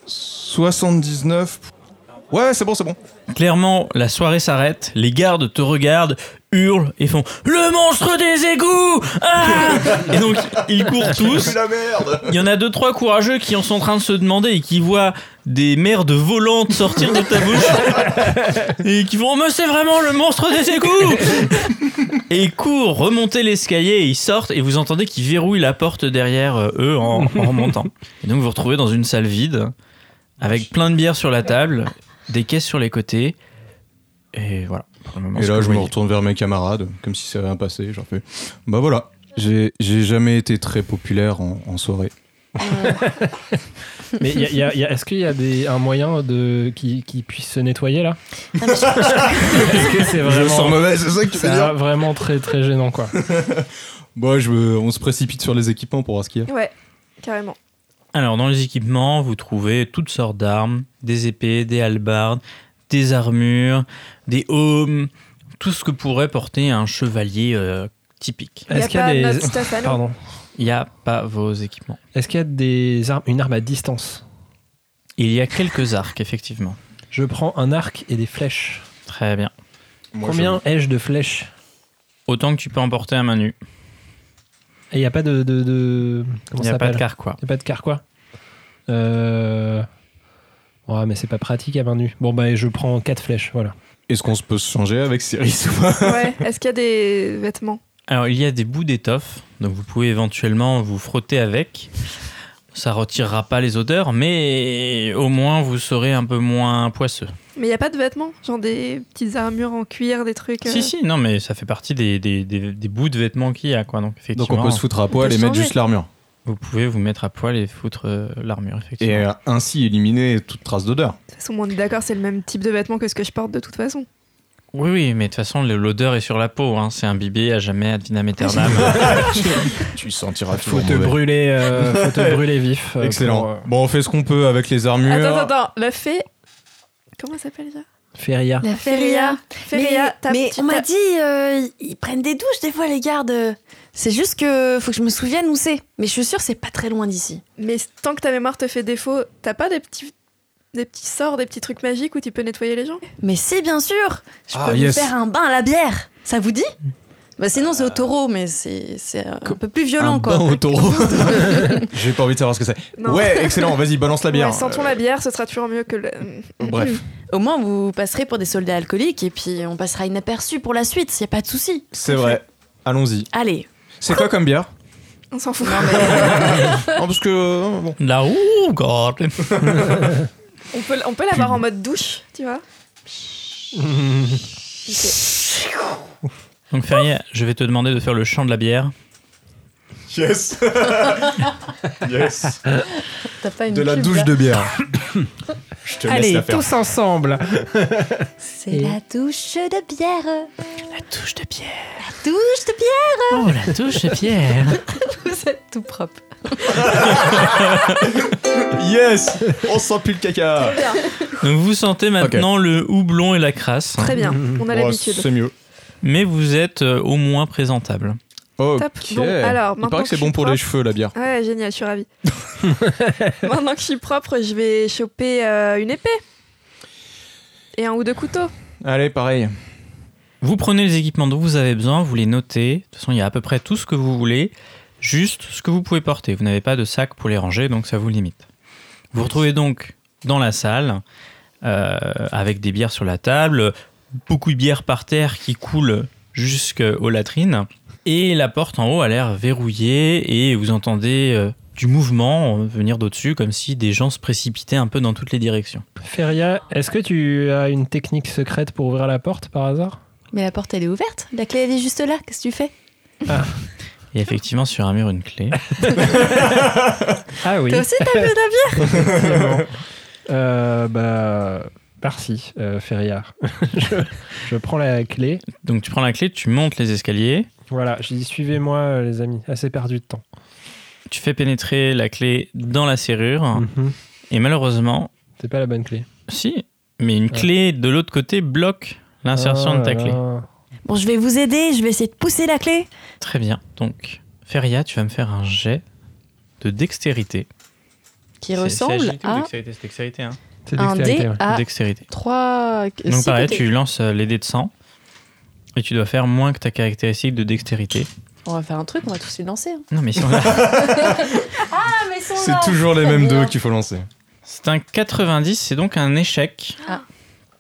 [SPEAKER 3] 79. Ouais, c'est bon, c'est bon.
[SPEAKER 2] Clairement, la soirée s'arrête, les gardes te regardent, hurlent et font Le monstre des égouts Ah Et donc, ils courent tous.
[SPEAKER 3] la merde
[SPEAKER 2] Il y en a deux, trois courageux qui en sont en train de se demander et qui voient des merdes volantes sortir de ta bouche et qui vont, mais c'est vraiment le monstre des égouts Et ils courent, remonter l'escalier et ils sortent et vous entendez qu'ils verrouillent la porte derrière euh, eux en, en remontant. Et donc vous vous retrouvez dans une salle vide avec plein de bières sur la table, des caisses sur les côtés et voilà. pour le moment,
[SPEAKER 8] Et
[SPEAKER 2] ce
[SPEAKER 8] là,
[SPEAKER 2] que
[SPEAKER 8] je
[SPEAKER 2] vous
[SPEAKER 8] me
[SPEAKER 2] voyez.
[SPEAKER 8] retourne vers mes camarades, comme si ça avait rien passé. Je leur fais Bah voilà, j'ai j'ai jamais été très populaire en, en soirée.
[SPEAKER 5] Mais y a- y a- y a- est-ce qu'il y a des, un moyen de, qui, qui puisse se nettoyer là
[SPEAKER 4] Ah,
[SPEAKER 5] Est-ce que c'est
[SPEAKER 8] Je me sens
[SPEAKER 5] vraiment,
[SPEAKER 8] mauvais, c'est ça que tu
[SPEAKER 5] c'est
[SPEAKER 8] veux dire
[SPEAKER 5] vraiment très très gênant quoi
[SPEAKER 8] Bon, je veux- on se précipite sur les équipements pour voir ce qu'il y a.
[SPEAKER 7] Ouais, carrément.
[SPEAKER 2] Alors, dans les équipements, vous trouvez toutes sortes d'armes, des épées, des halbardes, des armures, des hommes, tout ce que pourrait porter un chevalier euh, typique.
[SPEAKER 7] Il n'y a
[SPEAKER 5] Est-ce qu'il y a
[SPEAKER 7] pas
[SPEAKER 5] des-
[SPEAKER 7] notre stuff à nous.
[SPEAKER 5] Pardon.
[SPEAKER 2] Il n'y a pas vos équipements.
[SPEAKER 5] Est-ce qu'il y a des armes, une arme à distance
[SPEAKER 2] Il y a quelques arcs, effectivement.
[SPEAKER 5] Je prends un arc et des flèches.
[SPEAKER 2] Très bien.
[SPEAKER 5] Combien ai-je de flèches
[SPEAKER 2] Autant que tu peux emporter à main nue.
[SPEAKER 5] Et il n'y a pas de. de, de-
[SPEAKER 2] Il
[SPEAKER 5] comment
[SPEAKER 2] n'y
[SPEAKER 5] ça
[SPEAKER 2] a pas
[SPEAKER 5] s'appelle
[SPEAKER 2] de carquois.
[SPEAKER 5] Il n'y a pas de carquois Euh. Ouais, mais c'est pas pratique à main nue. Bon, bah, je prends 4 flèches, voilà.
[SPEAKER 8] Est-ce qu'on se peut se changer avec Cyrus ou pas
[SPEAKER 7] Ouais, est-ce qu'il y a des vêtements
[SPEAKER 2] Alors, il y a des bouts d'étoffe, donc vous pouvez éventuellement vous frotter avec. Ça retirera pas les odeurs, mais au moins vous serez un peu moins poisseux.
[SPEAKER 7] Mais il n'y a pas de vêtements Genre des petites armures en cuir, des trucs. euh,
[SPEAKER 2] Si, si, non, mais ça fait partie des, des, des- des bouts de vêtements qu'il y a, quoi. Donc, effectivement,
[SPEAKER 8] Donc on peut se foutre à poil
[SPEAKER 7] peut
[SPEAKER 8] et
[SPEAKER 7] se
[SPEAKER 8] mettre
[SPEAKER 7] changer.
[SPEAKER 8] juste l'armure.
[SPEAKER 2] vous pouvez vous mettre à poil et foutre euh, l'armure,
[SPEAKER 8] Et
[SPEAKER 2] effectivement.
[SPEAKER 8] euh, ainsi éliminer toute trace d'odeur.
[SPEAKER 7] De toute façon, on est d'accord, c'est le même type de vêtements que ce que je porte de toute façon.
[SPEAKER 2] Oui, oui, mais de toute façon, le- l'odeur est sur la peau, hein. c'est imbibé à jamais à Dinam Eternam.
[SPEAKER 8] Ah, Tu sentiras
[SPEAKER 5] Faut te brûler, euh, faut te brûler vif. euh,
[SPEAKER 8] Excellent.
[SPEAKER 5] pour, euh,
[SPEAKER 8] Bon, on fait ce qu'on peut avec les armures.
[SPEAKER 7] Attends, attends, attends, la fée. Comment elle s'appelle déjà
[SPEAKER 5] Feria.
[SPEAKER 4] La
[SPEAKER 7] Feria. Feria,
[SPEAKER 4] mais,
[SPEAKER 7] t'as-
[SPEAKER 4] mais
[SPEAKER 7] tu-
[SPEAKER 4] on m'a
[SPEAKER 7] t'as-
[SPEAKER 4] dit, euh, ils prennent des douches des fois, les gardes. C'est juste que faut que je me souvienne où c'est. Mais je suis sûre, c'est pas très loin d'ici.
[SPEAKER 7] Mais tant que ta mémoire te fait défaut, t'as pas des petits, des petits sorts, des petits trucs magiques où tu peux nettoyer les gens
[SPEAKER 4] Mais si, bien sûr Je
[SPEAKER 8] Ah,
[SPEAKER 4] peux
[SPEAKER 8] yes.
[SPEAKER 4] vous faire un bain à la bière. Ça vous dit bah sinon c'est au taureau mais c'est c'est un peu plus violent
[SPEAKER 8] Un
[SPEAKER 4] quoi.
[SPEAKER 8] bain au taureau. J'ai pas envie de savoir ce que c'est.
[SPEAKER 7] Non.
[SPEAKER 8] Ouais, excellent. Vas-y, balance la bière.
[SPEAKER 7] Ouais, sentons la bière, ce sera toujours mieux que le.
[SPEAKER 8] Euh, Bref,
[SPEAKER 4] Au moins vous passerez pour des soldats alcooliques et puis on passera inaperçu pour la suite, y a pas de souci.
[SPEAKER 8] c'est vrai. Allons-y.
[SPEAKER 4] Allez,
[SPEAKER 8] C'est quoi comme bière
[SPEAKER 7] On s'en fout.
[SPEAKER 8] Non, parce que euh, bon.
[SPEAKER 2] Là, ouh, God.
[SPEAKER 7] on peut, on peut l'avoir en mode douche, tu vois
[SPEAKER 2] Donc, Feria, je vais te demander de faire le chant de la bière.
[SPEAKER 3] Yes Yes
[SPEAKER 4] t'as pas une
[SPEAKER 8] de la
[SPEAKER 4] pub,
[SPEAKER 8] douche
[SPEAKER 4] là
[SPEAKER 8] de bière. Je te laisse la faire.
[SPEAKER 5] tous ensemble
[SPEAKER 4] C'est la douche de bière.
[SPEAKER 2] La touche de pierre.
[SPEAKER 4] La douche de bière.
[SPEAKER 2] Oh, la touche de pierre.
[SPEAKER 4] Vous êtes tout propre.
[SPEAKER 3] Yes On sent plus le caca
[SPEAKER 2] Donc, vous sentez maintenant le houblon et la crasse,
[SPEAKER 7] Très bien, on a
[SPEAKER 8] Ouais,
[SPEAKER 3] Oh,
[SPEAKER 7] l'habitude.
[SPEAKER 8] Oh, c'est mieux.
[SPEAKER 2] mais vous êtes euh, au moins présentable.
[SPEAKER 8] Ok.
[SPEAKER 7] Top. Bon, alors,
[SPEAKER 8] Il
[SPEAKER 7] maintenant
[SPEAKER 8] paraît que c'est
[SPEAKER 7] que
[SPEAKER 8] bon
[SPEAKER 7] je
[SPEAKER 8] pour
[SPEAKER 7] suis
[SPEAKER 8] les cheveux la bière.
[SPEAKER 7] Ouais, génial, je suis ravie. Maintenant que je suis propre, je vais choper euh, une épée. Et un ou deux couteaux.
[SPEAKER 8] Allez, pareil.
[SPEAKER 7] Oh
[SPEAKER 2] Vous prenez les équipements dont vous avez besoin, vous les notez. De toute façon, il y a à peu près tout ce que vous voulez, juste ce que vous pouvez porter. Vous n'avez pas de sac pour les ranger, donc ça vous limite. Vous vous retrouvez donc dans la salle, euh, avec des bières sur la table, beaucoup de bières par terre qui coulent jusqu'aux latrines, et la porte en haut a l'air verrouillée, et vous entendez euh, du mouvement venir d'au-dessus, comme si des gens se précipitaient un peu dans toutes les directions.
[SPEAKER 5] Feria, est-ce que tu as une technique secrète pour ouvrir la porte par hasard
[SPEAKER 4] Mais la porte elle est ouverte, la clé elle est juste là, qu'est-ce que tu fais
[SPEAKER 2] Et effectivement, sur un mur, une clé.
[SPEAKER 5] Ah oui.
[SPEAKER 4] Toi aussi t'as vu ta bière
[SPEAKER 5] Effectivement. Euh, bah, merci, euh, Feria. je, je prends la clé.
[SPEAKER 2] Donc tu prends la clé, tu montes les escaliers.
[SPEAKER 5] Voilà, j'ai dit suivez-moi, euh, les amis. Assez perdu de temps.
[SPEAKER 2] Tu fais pénétrer la clé dans la serrure.
[SPEAKER 5] Mm.
[SPEAKER 2] Et malheureusement,
[SPEAKER 5] Mhm. C'est pas la bonne clé.
[SPEAKER 2] si, mais une
[SPEAKER 5] Ouais.
[SPEAKER 2] clé de l'autre côté bloque l'insertion
[SPEAKER 5] Ah
[SPEAKER 2] de ta
[SPEAKER 5] là
[SPEAKER 2] clé.
[SPEAKER 5] là.
[SPEAKER 4] Bon je vais vous aider, je vais essayer de pousser la clé.
[SPEAKER 2] Très bien. Donc, Feria, tu vas me faire un jet de dextérité.
[SPEAKER 4] Qui
[SPEAKER 2] C'est- c'est
[SPEAKER 4] ressemble
[SPEAKER 2] agilité ou
[SPEAKER 4] à Ah.
[SPEAKER 2] dextérité, c'est dextérité, hein
[SPEAKER 5] C'est
[SPEAKER 4] un
[SPEAKER 5] dextérité,
[SPEAKER 4] dé
[SPEAKER 5] ouais.
[SPEAKER 4] à
[SPEAKER 2] Dextérité.
[SPEAKER 4] 3
[SPEAKER 2] Donc pareil, tu lances euh, les dés de 100. Et tu dois faire moins que ta caractéristique de dextérité.
[SPEAKER 4] On va faire un truc, on va tous les lancer. hein.
[SPEAKER 2] Non, mais ils sont là.
[SPEAKER 4] Ah, mais ils sont
[SPEAKER 3] C'est
[SPEAKER 4] là.
[SPEAKER 3] toujours les
[SPEAKER 4] Très
[SPEAKER 3] mêmes
[SPEAKER 4] bien.
[SPEAKER 3] deux qu'il faut lancer.
[SPEAKER 2] C'est un 90, c'est donc un échec.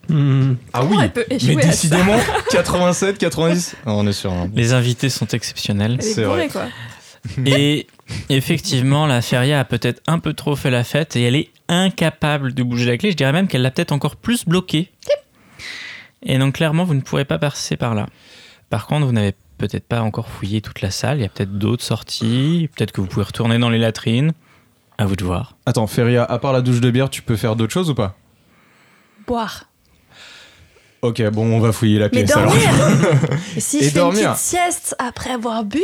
[SPEAKER 5] Hmm.
[SPEAKER 3] Ah
[SPEAKER 7] Comment elle peut échouer
[SPEAKER 3] mais
[SPEAKER 7] à ça
[SPEAKER 3] décidément, 87, 90. Ah, on est sur un.
[SPEAKER 2] Les invités sont exceptionnels.
[SPEAKER 7] Elle est
[SPEAKER 3] C'est
[SPEAKER 7] bourrée, quoi.
[SPEAKER 2] Et effectivement, la Feria a peut-être un peu trop fait la fête et elle est incapable de bouger la clé. Je dirais même qu'elle l'a peut-être encore plus bloquée. Et donc clairement, vous ne pourrez pas passer par là. Par contre, vous n'avez peut-être pas encore fouillé toute la salle. Il y a peut-être d'autres sorties. Peut-être que vous pouvez retourner dans les latrines. À vous de voir.
[SPEAKER 3] Attends, Feria, à part la douche de bière, tu peux faire d'autres choses ou pas
[SPEAKER 4] Boire.
[SPEAKER 3] Ok, bon, on va fouiller la
[SPEAKER 4] Mais
[SPEAKER 3] pièce alors.
[SPEAKER 4] dormir Et si je
[SPEAKER 3] Et
[SPEAKER 4] fais une
[SPEAKER 3] dormir.
[SPEAKER 4] petite sieste après avoir bu,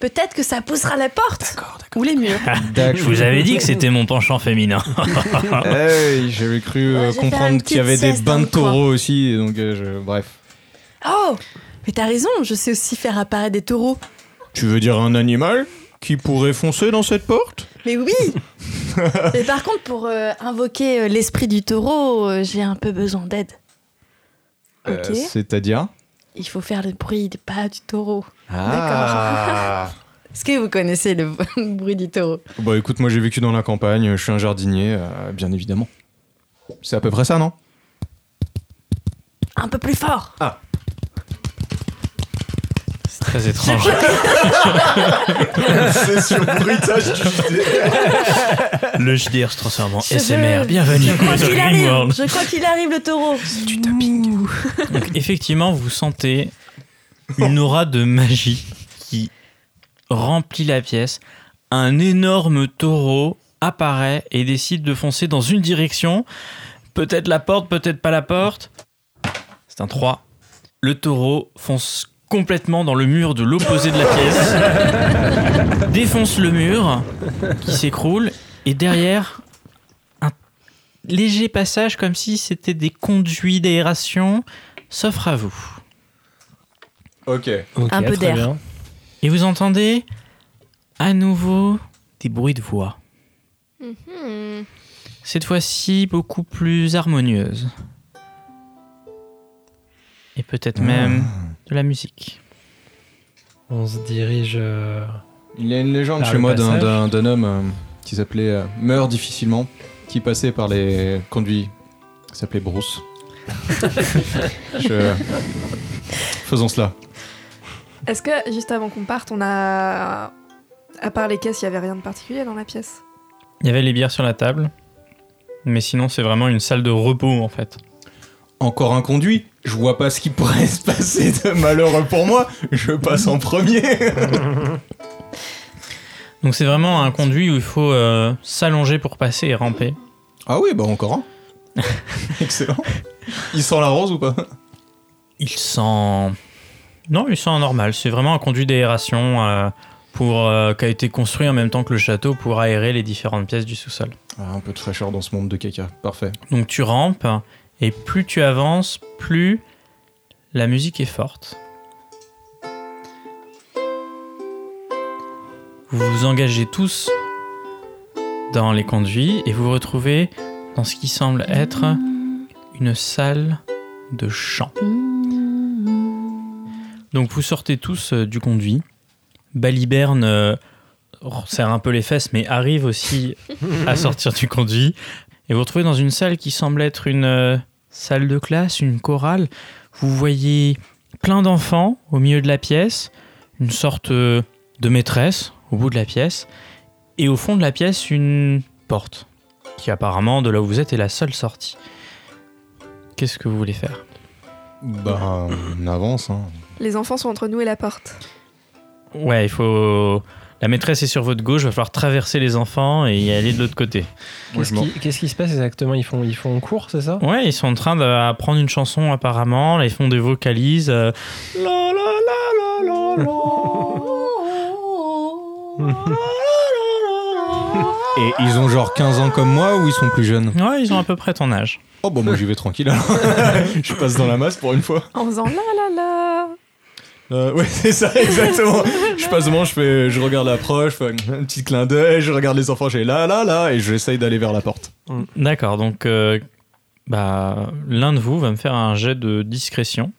[SPEAKER 4] peut-être que ça poussera la porte ou les murs.
[SPEAKER 2] Je vous avais dit que c'était mon penchant féminin.
[SPEAKER 3] Hey, j'avais cru euh,
[SPEAKER 4] Ouais, je vais faire une
[SPEAKER 3] comprendre qu'il y avait
[SPEAKER 4] petite
[SPEAKER 3] des
[SPEAKER 4] sieste
[SPEAKER 3] bains
[SPEAKER 4] dans
[SPEAKER 3] de
[SPEAKER 4] le coin.
[SPEAKER 3] taureaux aussi, donc euh, je- bref.
[SPEAKER 4] Oh Mais t'as raison, je sais aussi faire apparaître des taureaux.
[SPEAKER 3] Tu veux dire un animal qui pourrait foncer dans cette porte
[SPEAKER 4] Mais oui Mais par contre, pour euh, invoquer euh, l'esprit du taureau, euh, j'ai un peu besoin d'aide.
[SPEAKER 3] Euh,
[SPEAKER 4] Ok.
[SPEAKER 3] C'est-à-dire
[SPEAKER 4] Il faut faire le bruit des pas du taureau.
[SPEAKER 3] Ah
[SPEAKER 4] Est-ce que vous connaissez le, le bruit du taureau
[SPEAKER 3] Bah écoute, moi j'ai vécu dans la campagne, je suis un jardinier, euh, bien évidemment. C'est à peu près ça, non
[SPEAKER 4] Un peu plus fort
[SPEAKER 3] Ah,
[SPEAKER 2] C'est très étrange.
[SPEAKER 3] C'est sur bruitage du
[SPEAKER 2] Le JDR se transforme en
[SPEAKER 4] Je
[SPEAKER 2] SMR.
[SPEAKER 4] veux-
[SPEAKER 2] Bienvenue
[SPEAKER 4] Je crois
[SPEAKER 2] dans
[SPEAKER 4] qu'il
[SPEAKER 2] Ring World.
[SPEAKER 4] arrive Je crois qu'il arrive le taureau
[SPEAKER 3] du tapping.
[SPEAKER 2] Donc, effectivement, vous sentez une aura de magie qui remplit la pièce. Un énorme taureau apparaît et décide de foncer dans une direction. Peut-être la porte, peut-être pas la porte. C'est un 3. Le taureau fonce complètement dans le mur de l'opposé de la pièce. Défonce le mur qui s'écroule et derrière un léger passage comme si c'était des conduits d'aération s'offre à vous.
[SPEAKER 3] Ok.
[SPEAKER 5] Ok,
[SPEAKER 4] Un peu
[SPEAKER 5] très
[SPEAKER 4] d'air.
[SPEAKER 5] bien.
[SPEAKER 2] Et vous entendez à nouveau des bruits de voix.
[SPEAKER 4] Hmm.
[SPEAKER 2] Cette fois-ci beaucoup plus harmonieuses. Et peut-être même de la musique.
[SPEAKER 5] On se dirige. euh,
[SPEAKER 3] Il y a une légende
[SPEAKER 5] Par
[SPEAKER 3] chez
[SPEAKER 5] le
[SPEAKER 3] moi d'un-
[SPEAKER 5] passage.
[SPEAKER 3] d'un d'un homme euh, qui s'appelait euh, Meurt difficilement, qui passait par les conduits. Il s'appelait Bruce. Je- Faisons cela.
[SPEAKER 7] Est-ce que, juste avant qu'on parte, on a. À part les caisses, il y avait rien de particulier dans la pièce
[SPEAKER 2] Il y avait les bières sur la table. Mais sinon, c'est vraiment une salle de repos en fait.
[SPEAKER 3] Encore un conduit Je vois pas ce qui pourrait se passer de malheureux pour moi. Je passe en premier.
[SPEAKER 2] Donc c'est vraiment un conduit où il faut euh, s'allonger pour passer et ramper.
[SPEAKER 3] Ah oui, bah encore un. Excellent. Il sent la rose ou pas
[SPEAKER 2] Il sent. Non, il sent normal. C'est vraiment un conduit d'aération euh, pour, euh, qui a été construit en même temps que le château pour aérer les différentes pièces du sous-sol.
[SPEAKER 3] Ah, Un peu de fraîcheur dans ce monde de caca. Parfait.
[SPEAKER 2] Donc tu rampes et plus tu avances, plus la musique est forte. Vous vous engagez tous dans les conduits et vous vous retrouvez dans ce qui semble être une salle de chant. Donc vous sortez tous euh, du conduit. Baliberne euh, serre un peu les fesses mais arrive aussi à sortir du conduit. Et vous vous retrouvez dans une salle qui semble être une euh, salle de classe, une chorale. Vous voyez plein d'enfants au milieu de la pièce, une sorte euh, de maîtresse au bout de la pièce, et au fond de la pièce une porte, qui apparemment de là où vous êtes est la seule sortie. Qu'est-ce que vous voulez faire
[SPEAKER 3] Bah, on avance. Hein.
[SPEAKER 7] Les enfants sont entre nous et la porte.
[SPEAKER 2] Ouais, il faut... La maîtresse est sur votre gauche, va falloir traverser les enfants et y aller de l'autre côté.
[SPEAKER 3] Moi,
[SPEAKER 5] Qu'est-ce
[SPEAKER 3] je m'en-
[SPEAKER 5] qui, qu'est-ce qui se passe exactement ils font, ils font cours, c'est ça
[SPEAKER 2] Ouais, ils sont en train d'apprendre une chanson apparemment, là, ils font des vocalises. euh, La, la, la, la, la,
[SPEAKER 3] Et ils ont genre 15 ans comme moi ou ils sont plus jeunes
[SPEAKER 2] la. Ouais, ils ont à peu près ton âge.
[SPEAKER 3] Oh bah moi j'y vais tranquille alors. je passe dans la masse pour une fois.
[SPEAKER 7] En faisant la la la
[SPEAKER 3] Euh, ouais c'est ça exactement. je passe devant, je fais, je regarde l'approche, je fais un petit clin d'œil, je regarde les enfants, j'ai là là là et j'essaye d'aller vers la porte.
[SPEAKER 2] D'accord, donc euh, bah, l'un de vous va me faire un jet de discrétion.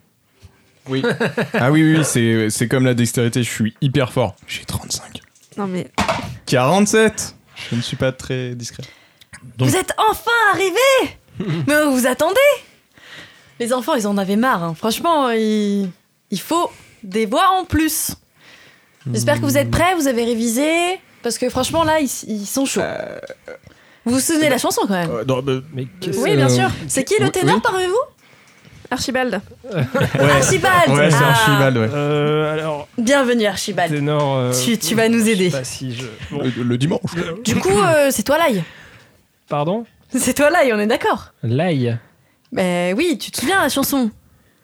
[SPEAKER 3] Ah oui, oui, c'est c'est comme la dextérité, je suis hyper fort. J'ai 35.
[SPEAKER 7] Non mais
[SPEAKER 3] 47 Je ne suis pas très discret.
[SPEAKER 2] Donc-
[SPEAKER 4] Vous êtes enfin arrivés Mais on vous attendez Les enfants, ils en avaient marre. hein. Franchement, il... il faut des voix en plus. J'espère que vous
[SPEAKER 3] Hmm.
[SPEAKER 4] êtes prêts, vous avez révisé. Parce que franchement, là, ils, ils sont chauds. Vous vous souvenez de la chanson quand même
[SPEAKER 3] Euh, non, mais-
[SPEAKER 5] Mais qu'est-ce
[SPEAKER 4] Oui, bien sûr. C'est qui le
[SPEAKER 3] oui,
[SPEAKER 4] ténor
[SPEAKER 3] oui.
[SPEAKER 4] parmi vous
[SPEAKER 7] Archibald,
[SPEAKER 3] Ouais.
[SPEAKER 4] Archibald
[SPEAKER 3] Ouais, c'est
[SPEAKER 4] Ah,
[SPEAKER 3] Archibald, ouais.
[SPEAKER 5] Euh, alors,
[SPEAKER 4] Bienvenue, Archibald.
[SPEAKER 5] ténor. euh,
[SPEAKER 4] Bah, Tu- tu vas nous
[SPEAKER 5] je sais
[SPEAKER 4] aider.
[SPEAKER 5] pas si je- bon,
[SPEAKER 3] Le, le dimanche.
[SPEAKER 4] Du coup, euh, c'est toi l'ail.
[SPEAKER 5] Pardon
[SPEAKER 4] C'est toi l'ail, on est d'accord
[SPEAKER 5] L'ail.
[SPEAKER 4] Ben oui, tu te souviens la chanson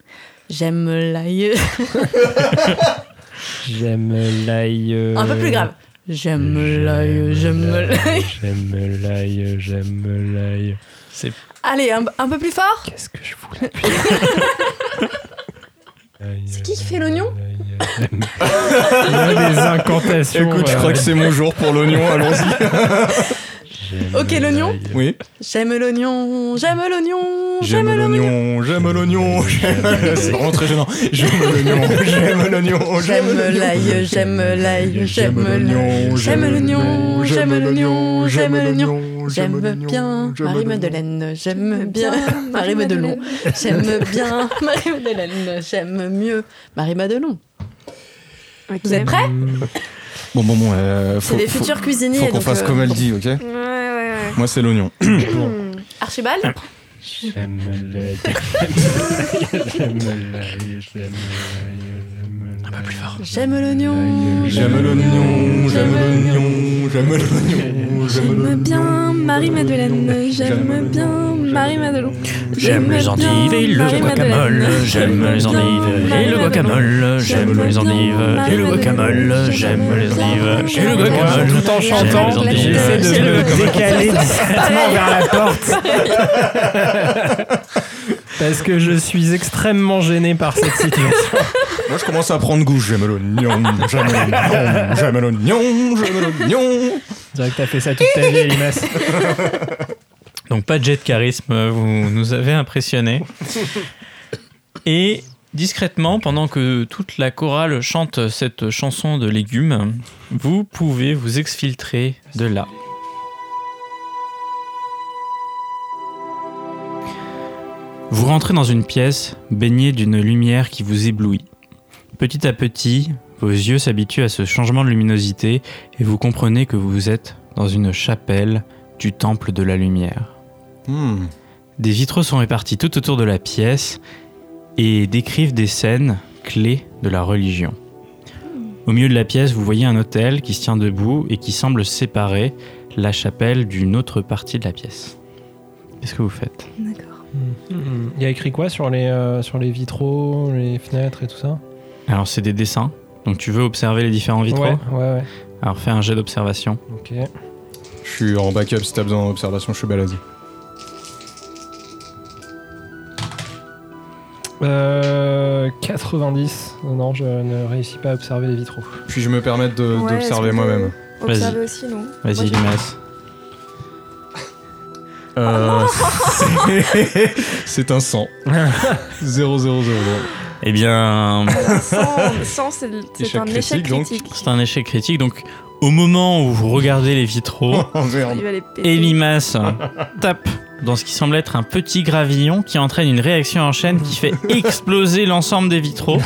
[SPEAKER 4] J'aime l'ail.
[SPEAKER 5] J'aime l'ail. euh,
[SPEAKER 4] Un peu plus grave. J'aime l'ail, j'aime
[SPEAKER 5] J'aime
[SPEAKER 4] l'ail.
[SPEAKER 5] l'ail, j'aime l'ail, j'aime l'ail.
[SPEAKER 4] Allez, un, un peu plus fort
[SPEAKER 5] Qu'est-ce que je voulais depuis
[SPEAKER 4] C'est qui qui fait l'oignon
[SPEAKER 5] Il y a des incantations.
[SPEAKER 3] Écoute, je crois que c'est mon jour pour l'oignon, allons-y.
[SPEAKER 5] c'est.
[SPEAKER 4] Ok, l'oignon
[SPEAKER 3] Oui.
[SPEAKER 4] J'aime l'oignon, j'aime l'oignon,
[SPEAKER 3] J'aime l'oignon, j'aime l'oignon. j'aime- C'est vraiment très gênant. J'aime l'oignon, j'aime l'oignon, j'aime
[SPEAKER 4] J'aime
[SPEAKER 3] l'oignon.
[SPEAKER 4] l'ail, j'aime l'ail, j'aime l'ail, j'aime l'oignon, j'aime l'oignon, j'aime l'oignon.
[SPEAKER 3] Oh,
[SPEAKER 4] J'aime bien Marie-Madeleine, j'aime bien Marie-Madelon, j'aime bien Marie-Madeleine, j'aime mieux Marie-Madelon.
[SPEAKER 7] Ok.
[SPEAKER 4] Vous êtes prêts
[SPEAKER 3] Bon, bon, bon, euh,
[SPEAKER 4] C'est
[SPEAKER 3] faut,
[SPEAKER 4] des
[SPEAKER 3] faut-
[SPEAKER 4] futurs cuisiniers.
[SPEAKER 3] faut qu'on
[SPEAKER 4] donc,
[SPEAKER 3] fasse
[SPEAKER 4] euh,
[SPEAKER 3] comme elle dit, ok
[SPEAKER 7] Ouais ouais
[SPEAKER 3] Moi, c'est l'oignon.
[SPEAKER 4] Archibald
[SPEAKER 5] J'aime l'ail, j'aime l'ail, j'aime l'ail. Un peu plus fort.
[SPEAKER 4] J'aime l'oignon,
[SPEAKER 3] J'aime l'oignon, j'aime l'oignon, j'aime l'oignon, j'aime
[SPEAKER 7] J'aime bien Marie-Madeleine, j'aime bien Marie-Madelon.
[SPEAKER 2] J'aime les endives et le guacamole. J'aime les endives et le guacamole. J'aime les endives et le guacamole. J'aime les endives et le guacamole.
[SPEAKER 5] Tout en chantant,
[SPEAKER 2] J'aime les endives.
[SPEAKER 5] j'essaie de
[SPEAKER 2] J'aime
[SPEAKER 5] me
[SPEAKER 2] les
[SPEAKER 5] décaler discrètement vers la porte. Parce que je suis extrêmement gêné par cette situation.
[SPEAKER 3] Moi, je commence à prendre goût. J'aime l'oignon, j'aime l'oignon, j'aime l'oignon, j'aime l'oignon.
[SPEAKER 5] Je dirais que t'as fait ça toute ta vie, Elimas.
[SPEAKER 2] Donc pas de jet de charisme, euh, vous nous avez impressionné. Et discrètement, pendant que toute la chorale chante cette chanson de légumes, vous pouvez vous exfiltrer de là. Vous rentrez dans une pièce baignée d'une lumière qui vous éblouit. Petit à petit, vos yeux s'habituent à ce changement de luminosité et vous comprenez que vous êtes dans une chapelle du temple de la lumière.
[SPEAKER 3] Hmm.
[SPEAKER 2] Des vitraux sont répartis tout autour de la pièce et décrivent des scènes clés de la religion. Au milieu de la pièce, vous voyez un autel qui se tient debout et qui semble séparer la chapelle d'une autre partie de la pièce. Qu'est-ce que vous faites
[SPEAKER 4] D'accord.
[SPEAKER 5] Hmm. Il y a écrit quoi sur les, euh, sur les vitraux, les fenêtres et tout ça
[SPEAKER 2] Alors, c'est des dessins. Donc, tu veux observer les différents vitraux
[SPEAKER 5] Ouais, ouais, ouais.
[SPEAKER 2] Alors, fais un jet d'observation.
[SPEAKER 5] Ok.
[SPEAKER 3] Je suis en backup si t'as besoin d'observation, je suis baladé.
[SPEAKER 5] Euh, 90. Non, je ne réussis pas à observer les vitraux.
[SPEAKER 3] Puis je me permets de-
[SPEAKER 7] Ouais,
[SPEAKER 3] d'observer
[SPEAKER 7] est-ce que
[SPEAKER 3] moi-même.
[SPEAKER 7] Observer aussi non. Moi,
[SPEAKER 2] Vas-y,
[SPEAKER 7] j'ai-
[SPEAKER 2] Limas.
[SPEAKER 4] Oh
[SPEAKER 3] Euh, c'est- c'est un 100. 0, 0, 0.
[SPEAKER 2] Eh bien,
[SPEAKER 7] Sans, sans, c'est c'est
[SPEAKER 3] Échec
[SPEAKER 7] un échec
[SPEAKER 3] critique, donc.
[SPEAKER 7] critique.
[SPEAKER 2] c'est un échec critique. Donc, au moment où vous regardez les vitraux,
[SPEAKER 3] Oh merde.
[SPEAKER 7] Il va les péter.
[SPEAKER 2] Et Limace tape hein. dans ce qui semble être un petit gravillon qui entraîne une réaction en chaîne qui fait exploser l'ensemble des vitraux.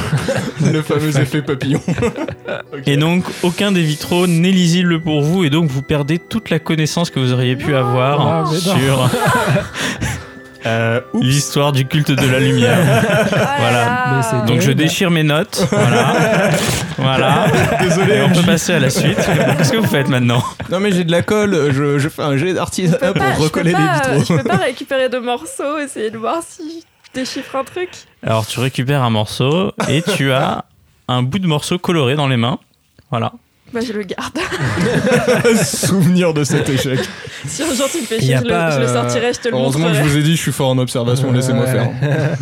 [SPEAKER 3] Le fameux effet papillon.
[SPEAKER 2] Et donc, aucun des vitraux n'est lisible pour vous et donc vous perdez toute la connaissance que vous auriez pu avoir
[SPEAKER 5] Ah, mais non.
[SPEAKER 2] sur
[SPEAKER 3] Euh,
[SPEAKER 2] l'histoire du culte de la lumière. Voilà.
[SPEAKER 5] Mais
[SPEAKER 7] Ah
[SPEAKER 5] c'est
[SPEAKER 2] Donc je
[SPEAKER 5] horrible.
[SPEAKER 2] déchire mes notes. Voilà. Voilà.
[SPEAKER 3] Désolé,
[SPEAKER 2] Et on peut passer à la suite. Qu'est-ce que vous faites maintenant
[SPEAKER 3] Non mais j'ai de la colle, je, je fais un jet d'artisanat
[SPEAKER 7] Pas-
[SPEAKER 3] Ah, pour
[SPEAKER 7] je peux
[SPEAKER 3] recoller les
[SPEAKER 7] pas-
[SPEAKER 3] vitraux.
[SPEAKER 7] Je peux pas récupérer de morceaux, essayer de voir si je déchiffre un truc.
[SPEAKER 2] Alors tu récupères un morceau et tu as un bout de morceau coloré dans les mains. Voilà.
[SPEAKER 7] Bah je le garde.
[SPEAKER 3] Souvenir de cet échec.
[SPEAKER 7] Si un jour tu me fais
[SPEAKER 5] Il y
[SPEAKER 7] chier,
[SPEAKER 5] a
[SPEAKER 7] je, le-
[SPEAKER 5] pas,
[SPEAKER 7] je le
[SPEAKER 5] euh,
[SPEAKER 7] sortirai, je te le
[SPEAKER 3] Heureusement que je
[SPEAKER 7] montrerai.
[SPEAKER 3] vous ai dit, je suis fort en observation, laissez-moi
[SPEAKER 5] Ouais.
[SPEAKER 3] faire.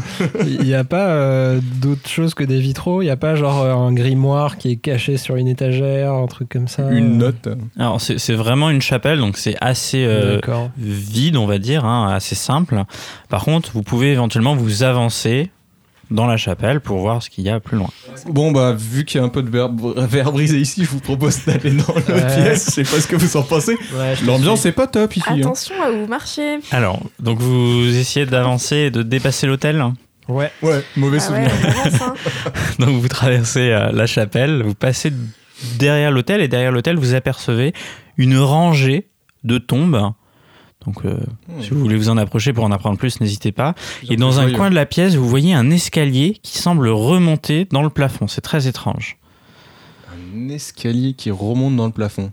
[SPEAKER 5] Il n'y a pas euh, d'autre chose que des vitraux. Il n'y a pas genre euh, un grimoire qui est caché sur une étagère, un truc comme ça.
[SPEAKER 3] Une note.
[SPEAKER 2] Alors c'est c'est vraiment une chapelle, donc c'est assez euh,
[SPEAKER 5] D'accord.
[SPEAKER 2] vide, on va dire, hein, assez simple. Par contre, vous pouvez éventuellement vous avancer dans la chapelle pour voir ce qu'il y a plus loin.
[SPEAKER 3] Bon, bah, vu qu'il y a un peu de verre, verre brisé ici, je vous propose d'aller dans l'autre
[SPEAKER 5] Ouais.
[SPEAKER 3] pièce. Je sais pas ce que vous en pensez.
[SPEAKER 5] Ouais, je te
[SPEAKER 3] L'ambiance est pas top ici. hein.
[SPEAKER 7] Attention à où vous marchez.
[SPEAKER 2] Alors, donc vous essayez d'avancer et de dépasser l'hôtel.
[SPEAKER 5] suis. Ouais.
[SPEAKER 3] Ouais, mauvais
[SPEAKER 7] Ah
[SPEAKER 3] souvenir.
[SPEAKER 7] ouais, on avance, hein.
[SPEAKER 2] Donc vous traversez euh, la chapelle, vous passez derrière l'hôtel et derrière l'hôtel vous apercevez une rangée de tombes. Donc euh, si vous voulez vous en approcher pour en apprendre plus, n'hésitez pas. Et dans un
[SPEAKER 3] joyeux.
[SPEAKER 2] coin de la pièce, vous voyez un escalier qui semble remonter dans le plafond. C'est très étrange.
[SPEAKER 3] Un escalier qui remonte dans le plafond.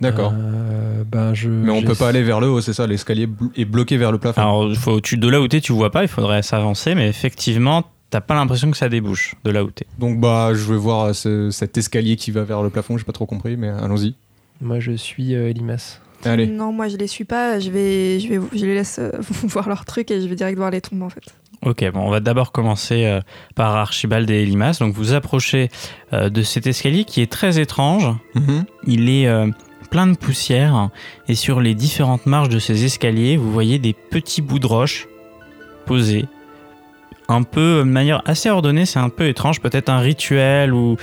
[SPEAKER 3] D'accord.
[SPEAKER 5] Euh, ben, je,
[SPEAKER 3] Mais on peut
[SPEAKER 5] j'essa-
[SPEAKER 3] pas aller vers le haut, c'est ça, l'escalier bl- est bloqué vers le plafond.
[SPEAKER 2] Alors il faut, tu, de là où t'es, tu vois pas, il faudrait s'avancer, mais effectivement, t'as pas l'impression que ça débouche de là où t'es.
[SPEAKER 3] Donc bah je vais voir euh, ce- cet escalier qui va vers le plafond, j'ai pas trop compris, mais euh, allons-y.
[SPEAKER 5] Moi, je suis euh, Elimas.
[SPEAKER 3] Allez.
[SPEAKER 7] Non, moi je les suis pas. Je vais, je vais, je les laisse euh, voir leur truc et je vais direct voir les tombes en fait.
[SPEAKER 2] Ok, bon, on va d'abord commencer euh, par Archibald et Elimas. Donc vous approchez euh, de cet escalier qui est très étrange.
[SPEAKER 3] Mhm.
[SPEAKER 2] Il est euh, plein de poussière et sur les différentes marches de ces escaliers, vous voyez des petits bouts de roche posés. Un peu euh, de manière assez ordonnée, c'est un peu étrange, peut-être un rituel ou.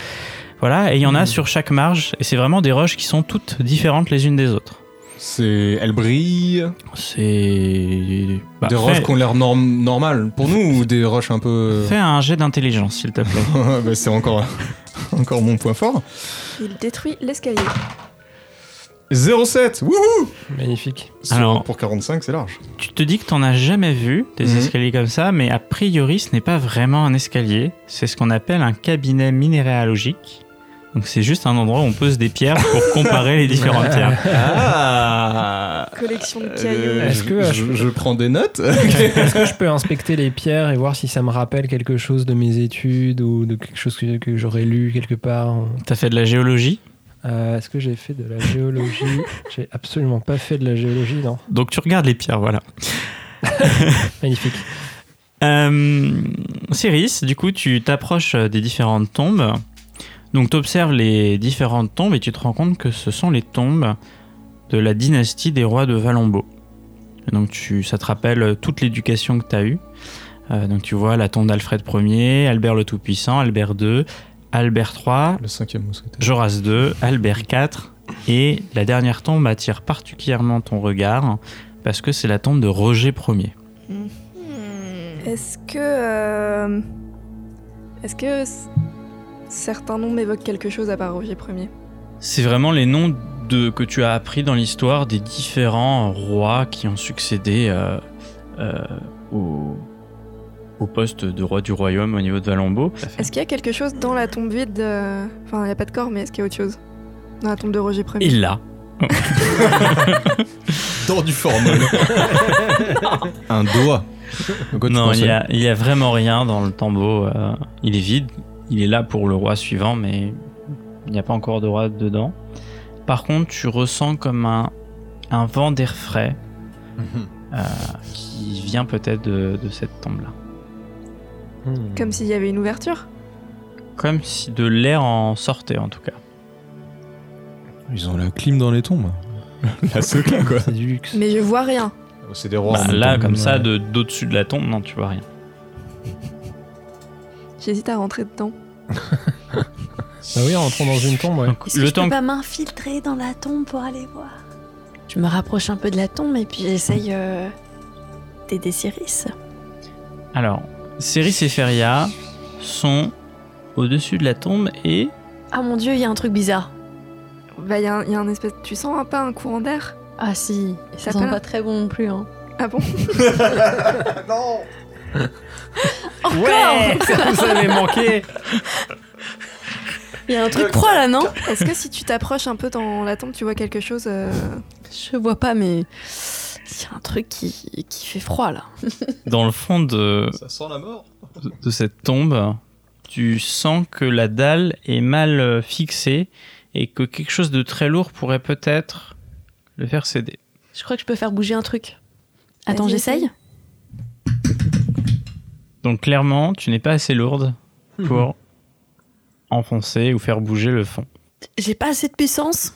[SPEAKER 2] Voilà, et il y en
[SPEAKER 3] Hmm.
[SPEAKER 2] a sur chaque marge, et c'est vraiment des roches qui sont toutes différentes les unes des autres.
[SPEAKER 3] C'est elle brille.
[SPEAKER 2] C'est. Bah,
[SPEAKER 3] des
[SPEAKER 2] fais-
[SPEAKER 3] roches qui ont l'air norm- normales pour nous ou des roches un peu
[SPEAKER 2] Fais un jet d'intelligence, s'il te plaît.
[SPEAKER 3] Bah, c'est encore encore mon point fort.
[SPEAKER 7] Il détruit l'escalier.
[SPEAKER 3] 07. Wouhou
[SPEAKER 5] Magnifique.
[SPEAKER 3] Sur-
[SPEAKER 2] Alors-
[SPEAKER 3] pour 45, c'est large.
[SPEAKER 2] Tu te dis que t'en as jamais vu des
[SPEAKER 3] Mhm.
[SPEAKER 2] escaliers comme ça, mais a priori ce n'est pas vraiment un escalier, c'est ce qu'on appelle un cabinet minéralogique. Donc c'est juste un endroit où on pose des pierres pour comparer les différentes pierres.
[SPEAKER 3] Ah
[SPEAKER 7] Collection de
[SPEAKER 3] Euh,
[SPEAKER 7] cailloux.
[SPEAKER 5] est-ce
[SPEAKER 3] je-
[SPEAKER 5] que-
[SPEAKER 3] je, je prends des notes
[SPEAKER 5] Est-ce que je peux inspecter les pierres et voir si ça me rappelle quelque chose de mes études ou de quelque chose que, que j'aurais lu quelque part
[SPEAKER 2] T'as fait de la géologie,
[SPEAKER 5] Euh, Est-ce que j'ai fait de la géologie J'ai absolument pas fait de la géologie, non.
[SPEAKER 2] donc tu regardes les pierres, voilà.
[SPEAKER 5] Magnifique.
[SPEAKER 2] Euh, Cyrus, du coup tu t'approches euh, des différentes tombes, donc t'observes les différentes tombes et tu te rends compte que ce sont les tombes de la dynastie des rois de Valombo. Et Donc tu, ça te rappelle euh, toute l'éducation que tu as eue. Euh, donc tu vois la tombe d'Alfred Ier, Albert le Tout-Puissant, Albert II, Albert III,
[SPEAKER 3] Le cinquième mousquetaire.
[SPEAKER 2] Joras II, Albert IV, et la dernière tombe attire particulièrement ton regard parce que c'est la tombe de Roger Ier.
[SPEAKER 7] Est-ce que, euh, est-ce que c- certains noms m'évoquent quelque chose à part Roger Ier
[SPEAKER 2] C'est vraiment les noms de, que tu as appris dans l'histoire des différents rois qui ont succédé euh, euh, au, au poste de roi du royaume au niveau de Valombo.
[SPEAKER 7] Est-ce qu'il y a quelque chose dans la tombe vide euh, Enfin, il n'y a pas de corps, mais est-ce qu'il y a autre chose dans la tombe de Roger Ier
[SPEAKER 2] Et là,
[SPEAKER 3] Dans du formol. un doigt. Pourquoi tu
[SPEAKER 2] non,
[SPEAKER 3] penses
[SPEAKER 2] il
[SPEAKER 3] à-
[SPEAKER 2] y, a, il y a vraiment rien dans le tombeau. euh, il est vide. Il est là pour le roi suivant, mais il n'y a pas encore de roi dedans. Par contre, tu ressens comme un, un vent d'air frais euh, qui vient peut-être de- de cette tombe-là.
[SPEAKER 5] Hmm.
[SPEAKER 7] Comme s'il y avait une ouverture.
[SPEAKER 2] Comme si de l'air en sortait en tout cas.
[SPEAKER 3] Ils ont la clim dans les tombes. la secla, quoi.
[SPEAKER 5] C'est du luxe.
[SPEAKER 7] Mais je vois rien.
[SPEAKER 3] C'est des rois.
[SPEAKER 2] Bah,
[SPEAKER 3] en
[SPEAKER 2] là,
[SPEAKER 3] même temps.
[SPEAKER 2] comme ça, de d'au-dessus de la tombe, non, tu vois rien.
[SPEAKER 7] J'hésite à rentrer dedans.
[SPEAKER 5] Bah oui, rentrons dans une tombe, ouais.
[SPEAKER 4] Est-ce que
[SPEAKER 2] Le
[SPEAKER 4] je
[SPEAKER 2] temps
[SPEAKER 4] peux pas m'infiltrer dans la tombe pour aller voir Je me rapproche un peu de la tombe et puis j'essaye euh, d'aider Cyrus.
[SPEAKER 2] Alors, Céris et Feria sont au-dessus de la tombe et.
[SPEAKER 4] Ah mon dieu, il y a un truc bizarre.
[SPEAKER 7] Bah, il y, a un- il y a un espèce. Tu sens un pas un courant d'air
[SPEAKER 4] Ah si, ça
[SPEAKER 7] Ça sent
[SPEAKER 4] sent
[SPEAKER 7] pas
[SPEAKER 4] pas très bon non plus. Hein.
[SPEAKER 7] Ah bon
[SPEAKER 4] Encore
[SPEAKER 5] Ça vous avez manqué
[SPEAKER 4] Il y a un truc pro là, non
[SPEAKER 7] Est-ce que si tu t'approches un peu dans la tombe, tu vois quelque chose euh,
[SPEAKER 4] Je vois pas, mais il y a un truc qui, qui fait froid là.
[SPEAKER 2] Dans le fond de,
[SPEAKER 6] Ça sent la mort.
[SPEAKER 2] de cette tombe, tu sens que la dalle est mal euh, fixée et que quelque chose de très lourd pourrait peut-être le faire céder.
[SPEAKER 4] Je crois que je peux faire bouger un truc. Attends,
[SPEAKER 7] Vas-y,
[SPEAKER 4] j'essaye
[SPEAKER 7] essaye.
[SPEAKER 2] Donc, clairement, tu n'es pas assez lourde pour enfoncer ou faire bouger le fond.
[SPEAKER 4] J'ai pas assez de puissance.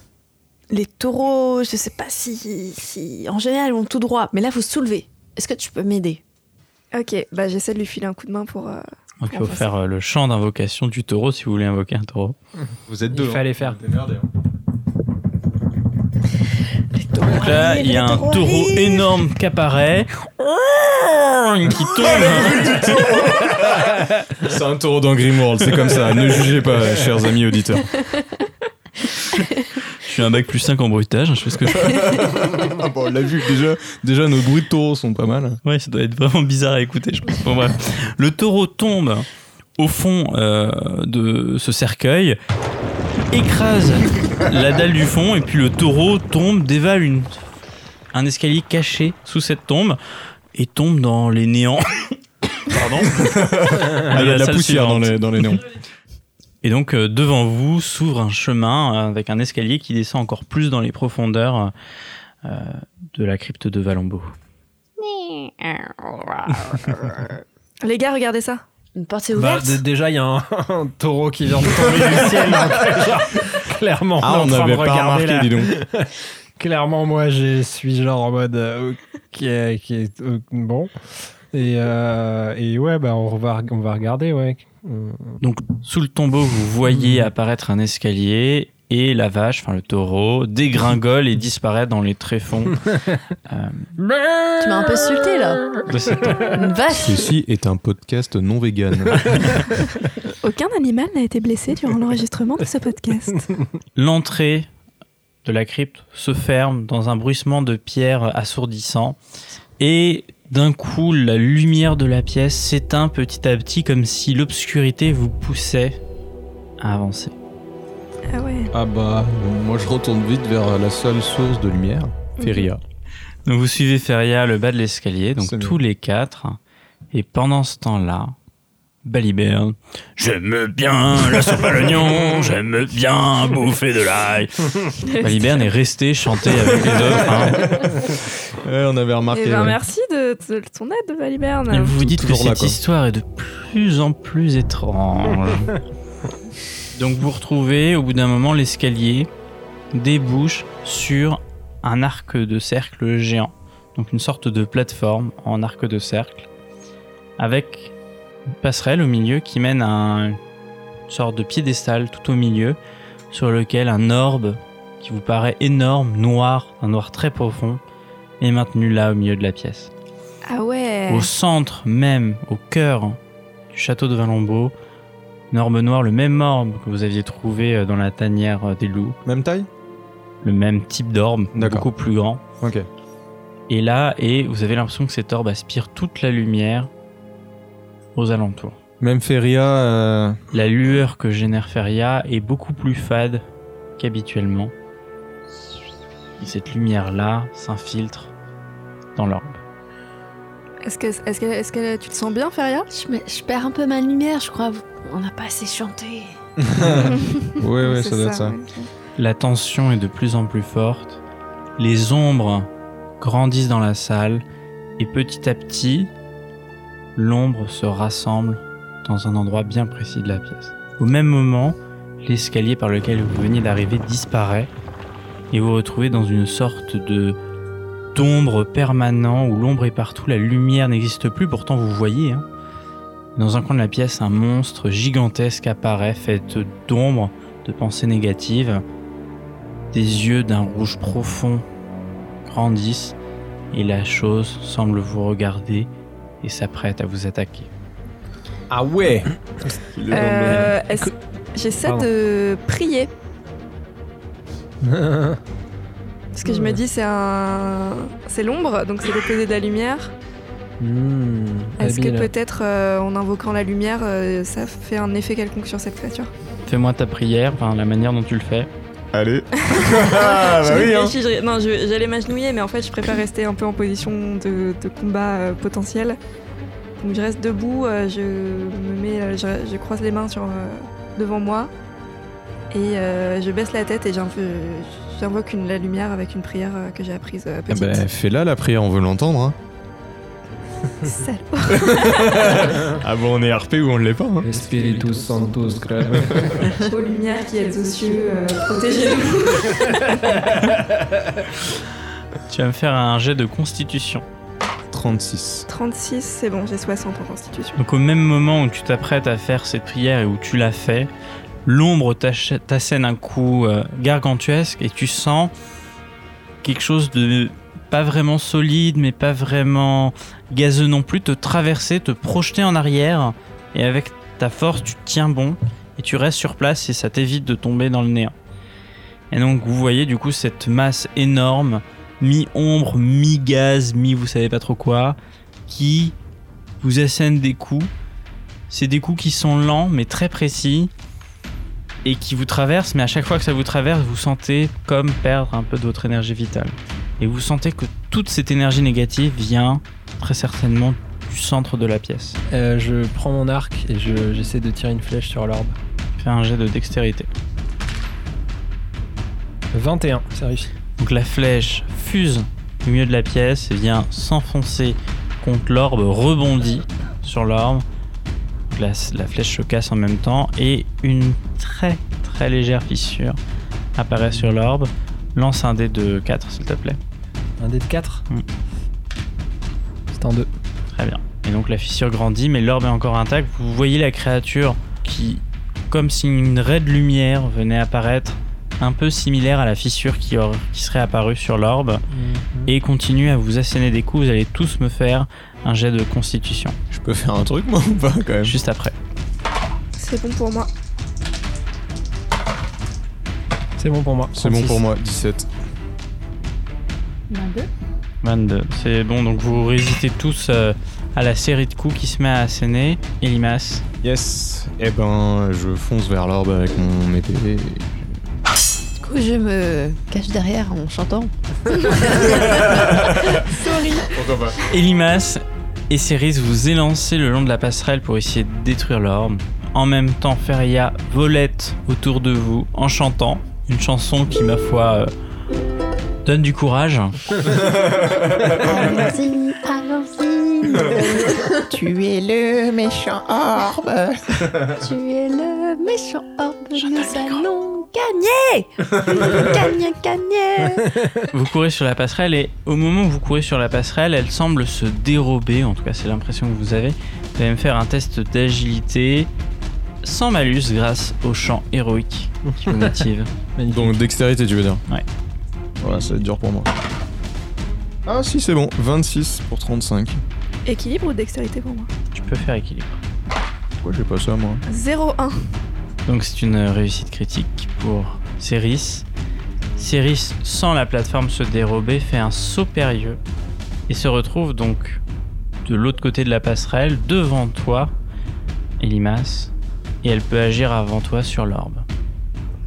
[SPEAKER 4] Les taureaux, je sais pas si, si. En général, ils vont tout droit. Mais là, faut se soulever. Est-ce que tu peux m'aider
[SPEAKER 7] Ok, bah j'essaie de lui filer un coup de main pour. euh,
[SPEAKER 9] On peut
[SPEAKER 7] Enfin,
[SPEAKER 9] faire euh, le chant d'invocation du taureau si vous voulez invoquer un taureau.
[SPEAKER 3] Vous êtes
[SPEAKER 5] Il
[SPEAKER 3] deux. hein.
[SPEAKER 5] fallait faire.
[SPEAKER 9] Donc
[SPEAKER 4] Ah,
[SPEAKER 9] là, il y a un taureau énorme qui apparaît, qui tombe.
[SPEAKER 3] C'est un taureau dans Grimworld, c'est comme ça. Ne jugez pas, chers amis auditeurs.
[SPEAKER 9] Je suis un bac plus 5 en
[SPEAKER 2] hein,
[SPEAKER 9] bruitage, je fais ce que je veux.
[SPEAKER 3] Ah bon, on l'a vu, déjà, déjà nos bruits de taureaux sont pas mal.
[SPEAKER 9] Ouais, ça doit être vraiment bizarre à écouter, je pense. Bon, bref. Le taureau tombe au fond euh, de ce cercueil, écrase la dalle du fond, et puis le taureau tombe, dévale une, un escalier caché sous cette tombe, et tombe dans les néants. Pardon
[SPEAKER 3] Ah, il y a de la
[SPEAKER 9] salle
[SPEAKER 3] poussière dans
[SPEAKER 9] suivante.
[SPEAKER 3] les, dans les néons.
[SPEAKER 9] Et donc euh, devant vous s'ouvre un chemin euh, avec un escalier qui descend encore plus dans les profondeurs euh, de la crypte de Valombo.
[SPEAKER 7] Les gars, regardez ça.
[SPEAKER 4] Une porte s'est
[SPEAKER 5] Bah,
[SPEAKER 4] ouverte.
[SPEAKER 5] d- déjà, il y a un, un taureau qui vient de tomber du ciel. donc, genre, clairement,
[SPEAKER 3] Ah, on
[SPEAKER 5] est en train
[SPEAKER 3] n'avait
[SPEAKER 5] de
[SPEAKER 3] pas
[SPEAKER 5] regarder
[SPEAKER 3] remarqué,
[SPEAKER 5] la-
[SPEAKER 3] dis donc.
[SPEAKER 5] Clairement, moi, je suis genre en mode euh, ok, ok, euh, bon. Et, euh, et ouais, bah, on va, on va regarder, ouais. Euh,
[SPEAKER 9] Donc sous le tombeau vous voyez apparaître un escalier et la vache, enfin le taureau, dégringole et disparaît dans les tréfonds
[SPEAKER 4] Tu m'as un peu insulté là.
[SPEAKER 9] de cette tombe.
[SPEAKER 4] Une vache.
[SPEAKER 3] Ceci est un podcast non vegan.
[SPEAKER 7] Aucun animal n'a été blessé durant l'enregistrement de ce podcast.
[SPEAKER 9] L'entrée de la crypte se ferme dans un bruissement de pierres assourdissant et d'un coup la lumière de la pièce s'éteint petit à petit comme si l'obscurité vous poussait à avancer.
[SPEAKER 7] Ah ouais.
[SPEAKER 3] Ah bah, moi je retourne vite vers la seule source de lumière, Feria.
[SPEAKER 9] Donc vous suivez Feria le bas de l'escalier, donc
[SPEAKER 3] C'est
[SPEAKER 9] tous les quatre. Et pendant ce temps-là, Balibert, j'aime bien la soupe à l'oignon, j'aime bien bouffer de l'ail. Balibert est resté chanter avec les autres. hein.
[SPEAKER 3] Ouais, on avait remarqué.
[SPEAKER 7] Eh ben,
[SPEAKER 3] ouais.
[SPEAKER 7] merci de, de ton aide, Valiberne.
[SPEAKER 9] Et vous vous dites que
[SPEAKER 3] toujours là,
[SPEAKER 9] cette
[SPEAKER 3] quoi.
[SPEAKER 9] histoire est de plus en plus étrange. Donc vous retrouvez au bout d'un moment l'escalier débouche sur un arc de cercle géant. Donc une sorte de plateforme en arc de cercle avec une passerelle au milieu qui mène à un- une sorte de piédestal tout au milieu sur lequel un orbe qui vous paraît énorme, noir, un noir très profond, est maintenu là au milieu de la pièce.
[SPEAKER 7] Ah ouais.
[SPEAKER 9] Au centre même, au cœur du château de Valombo, une orbe noire, le même orbe que vous aviez trouvé euh, dans la tanière euh, des loups,
[SPEAKER 3] Même taille
[SPEAKER 9] le même type d'orbe,
[SPEAKER 3] D'accord.
[SPEAKER 9] beaucoup plus grand.
[SPEAKER 3] Ok.
[SPEAKER 9] Et là, et vous avez l'impression que cet orbe aspire toute la lumière aux alentours.
[SPEAKER 3] Même Feria. euh,
[SPEAKER 9] La lueur que génère Feria est beaucoup plus fade qu'habituellement. Et cette lumière-là s'infiltre dans l'orbe.
[SPEAKER 7] Est-ce que, est-ce que, est-ce que tu te sens bien, Feria
[SPEAKER 4] Je, me- je perds un peu ma lumière, je crois. On n'a pas assez chanté.
[SPEAKER 3] Ouais, ouais, ça doit être ça.
[SPEAKER 9] La tension est de plus en plus forte. Les ombres grandissent dans la salle et petit à petit, l'ombre se rassemble dans un endroit bien précis de la pièce. Au même moment, l'escalier par lequel vous veniez d'arriver disparaît et vous vous retrouvez dans une sorte de d'ombre permanent où l'ombre est partout, la lumière n'existe plus, pourtant vous voyez. hein. Dans un coin de la pièce, un monstre gigantesque apparaît, fait d'ombre, de pensées négatives. Des yeux d'un rouge profond grandissent et la chose semble vous regarder et s'apprête à vous attaquer.
[SPEAKER 3] Ah ouais
[SPEAKER 7] Euh, est-ce- J'essaie
[SPEAKER 5] Pardon.
[SPEAKER 7] de prier. Parce que je me dis, c'est un. C'est l'ombre, donc c'est l'opposé de la lumière.
[SPEAKER 5] hmm,
[SPEAKER 7] Est-ce que
[SPEAKER 5] habile.
[SPEAKER 7] peut-être euh, en invoquant la lumière, euh, ça fait un effet quelconque sur cette créature
[SPEAKER 9] Fais-moi ta prière, enfin la manière dont tu le fais.
[SPEAKER 6] Allez. ah
[SPEAKER 7] Je
[SPEAKER 6] bah oui, hein.
[SPEAKER 7] réfléchis, je ré- Non, je- j'allais m'agenouiller, mais en fait, je préfère rester un peu en position de, de combat euh, potentiel. Donc, je reste debout, euh, je me mets, euh, je, je croise les mains sur, euh, devant moi et euh, je baisse la tête et j'invo- j'invoque une- la lumière avec une prière euh, que j'ai apprise
[SPEAKER 9] Ah
[SPEAKER 7] euh,
[SPEAKER 3] Eh
[SPEAKER 9] bah,
[SPEAKER 7] petite.
[SPEAKER 3] ben, fais-la la prière, on veut l'entendre. Hein.
[SPEAKER 7] Salaud.
[SPEAKER 3] Ah bon, on est RP ou on l'est pas hein.
[SPEAKER 5] Espiritus Santos, crème.
[SPEAKER 7] Ô lumière qui êtes aux cieux, euh, protégez-nous.
[SPEAKER 9] Tu vas me faire un jet de constitution.
[SPEAKER 3] 36.
[SPEAKER 7] 36, c'est bon, j'ai 60 en constitution.
[SPEAKER 9] Donc au même moment où tu t'apprêtes à faire cette prière et où tu l'as fait, l'ombre t'ach- t'assène un coup euh, gargantuesque et tu sens quelque chose de pas vraiment solide mais pas vraiment gazeux non plus te traverser, te projeter en arrière et avec ta force tu tiens bon et tu restes sur place et ça t'évite de tomber dans le néant. Et donc vous voyez du coup cette masse énorme, mi-ombre, mi-gaz, mi vous savez pas trop quoi, qui vous assène des coups. C'est des coups qui sont lents mais très précis et qui vous traversent, mais à chaque fois que ça vous traverse, vous sentez comme perdre un peu de votre énergie vitale. Et vous sentez que toute cette énergie négative vient très certainement du centre de la pièce.
[SPEAKER 5] Euh, je prends mon arc et je- j'essaie de tirer une flèche sur l'orbe.
[SPEAKER 9] Fais un jet de dextérité.
[SPEAKER 5] 21, ça réussit.
[SPEAKER 9] Donc la flèche fuse au milieu de la pièce et vient s'enfoncer contre l'orbe, rebondit sur l'orbe. Donc La, la flèche se casse en même temps et une très très légère fissure apparaît sur l'orbe. Lance un dé de 4 s'il te plaît.
[SPEAKER 5] Un dé de 4
[SPEAKER 9] Mm.
[SPEAKER 5] C'est un 2.
[SPEAKER 9] Très bien. Et donc la fissure grandit mais l'orbe est encore intacte. Vous voyez la créature qui, comme si une raie de lumière venait apparaître, un peu similaire à la fissure qui, or- qui serait apparue sur l'orbe. et continue à vous asséner des coups. Vous allez tous me faire un jet de constitution
[SPEAKER 3] Je peux faire un truc, moi, ou pas, quand même
[SPEAKER 9] juste après.
[SPEAKER 7] C'est bon pour moi.
[SPEAKER 5] C'est bon pour moi.
[SPEAKER 3] C'est bon pour moi, 17.
[SPEAKER 9] 22. C'est bon, donc vous résistez tous euh, à la série de coups qui se met à asséner. Et Limace,
[SPEAKER 3] Yes. Eh ben, je fonce vers l'orbe avec mon épée.
[SPEAKER 4] Du coup, je me cache derrière en chantant.
[SPEAKER 3] Pourquoi pas
[SPEAKER 9] Elimas et Céris vous élancez le long de la passerelle pour essayer de détruire l'orbe. En même temps, Feria volette autour de vous en chantant une chanson qui, ma foi, euh, donne du courage.
[SPEAKER 4] Allons-y, allons-y. tu es le méchant orbe. tu es le méchant orbe. Nous allons gagner. gagner, gagner.
[SPEAKER 9] Vous courez sur la passerelle et au moment où vous courez sur la passerelle, elle semble se dérober, en tout cas c'est l'impression que vous avez. Vous allez me faire un test d'agilité sans malus grâce au chant héroïque qui vous motive.
[SPEAKER 3] Donc, dextérité, tu veux dire
[SPEAKER 9] Ouais.
[SPEAKER 3] Voilà, ça va être dur pour moi. Ah, si, c'est bon. 26 pour 35.
[SPEAKER 7] Équilibre ou dextérité pour moi
[SPEAKER 9] tu peux faire équilibre.
[SPEAKER 3] Pourquoi j'ai pas ça, moi
[SPEAKER 7] 0-1.
[SPEAKER 9] Donc c'est une réussite critique pour Céris. Céris, sans la plateforme se dérober, fait un saut périlleux et se retrouve donc de l'autre côté de la passerelle, devant toi, Elimas, et elle peut agir avant toi sur l'orbe.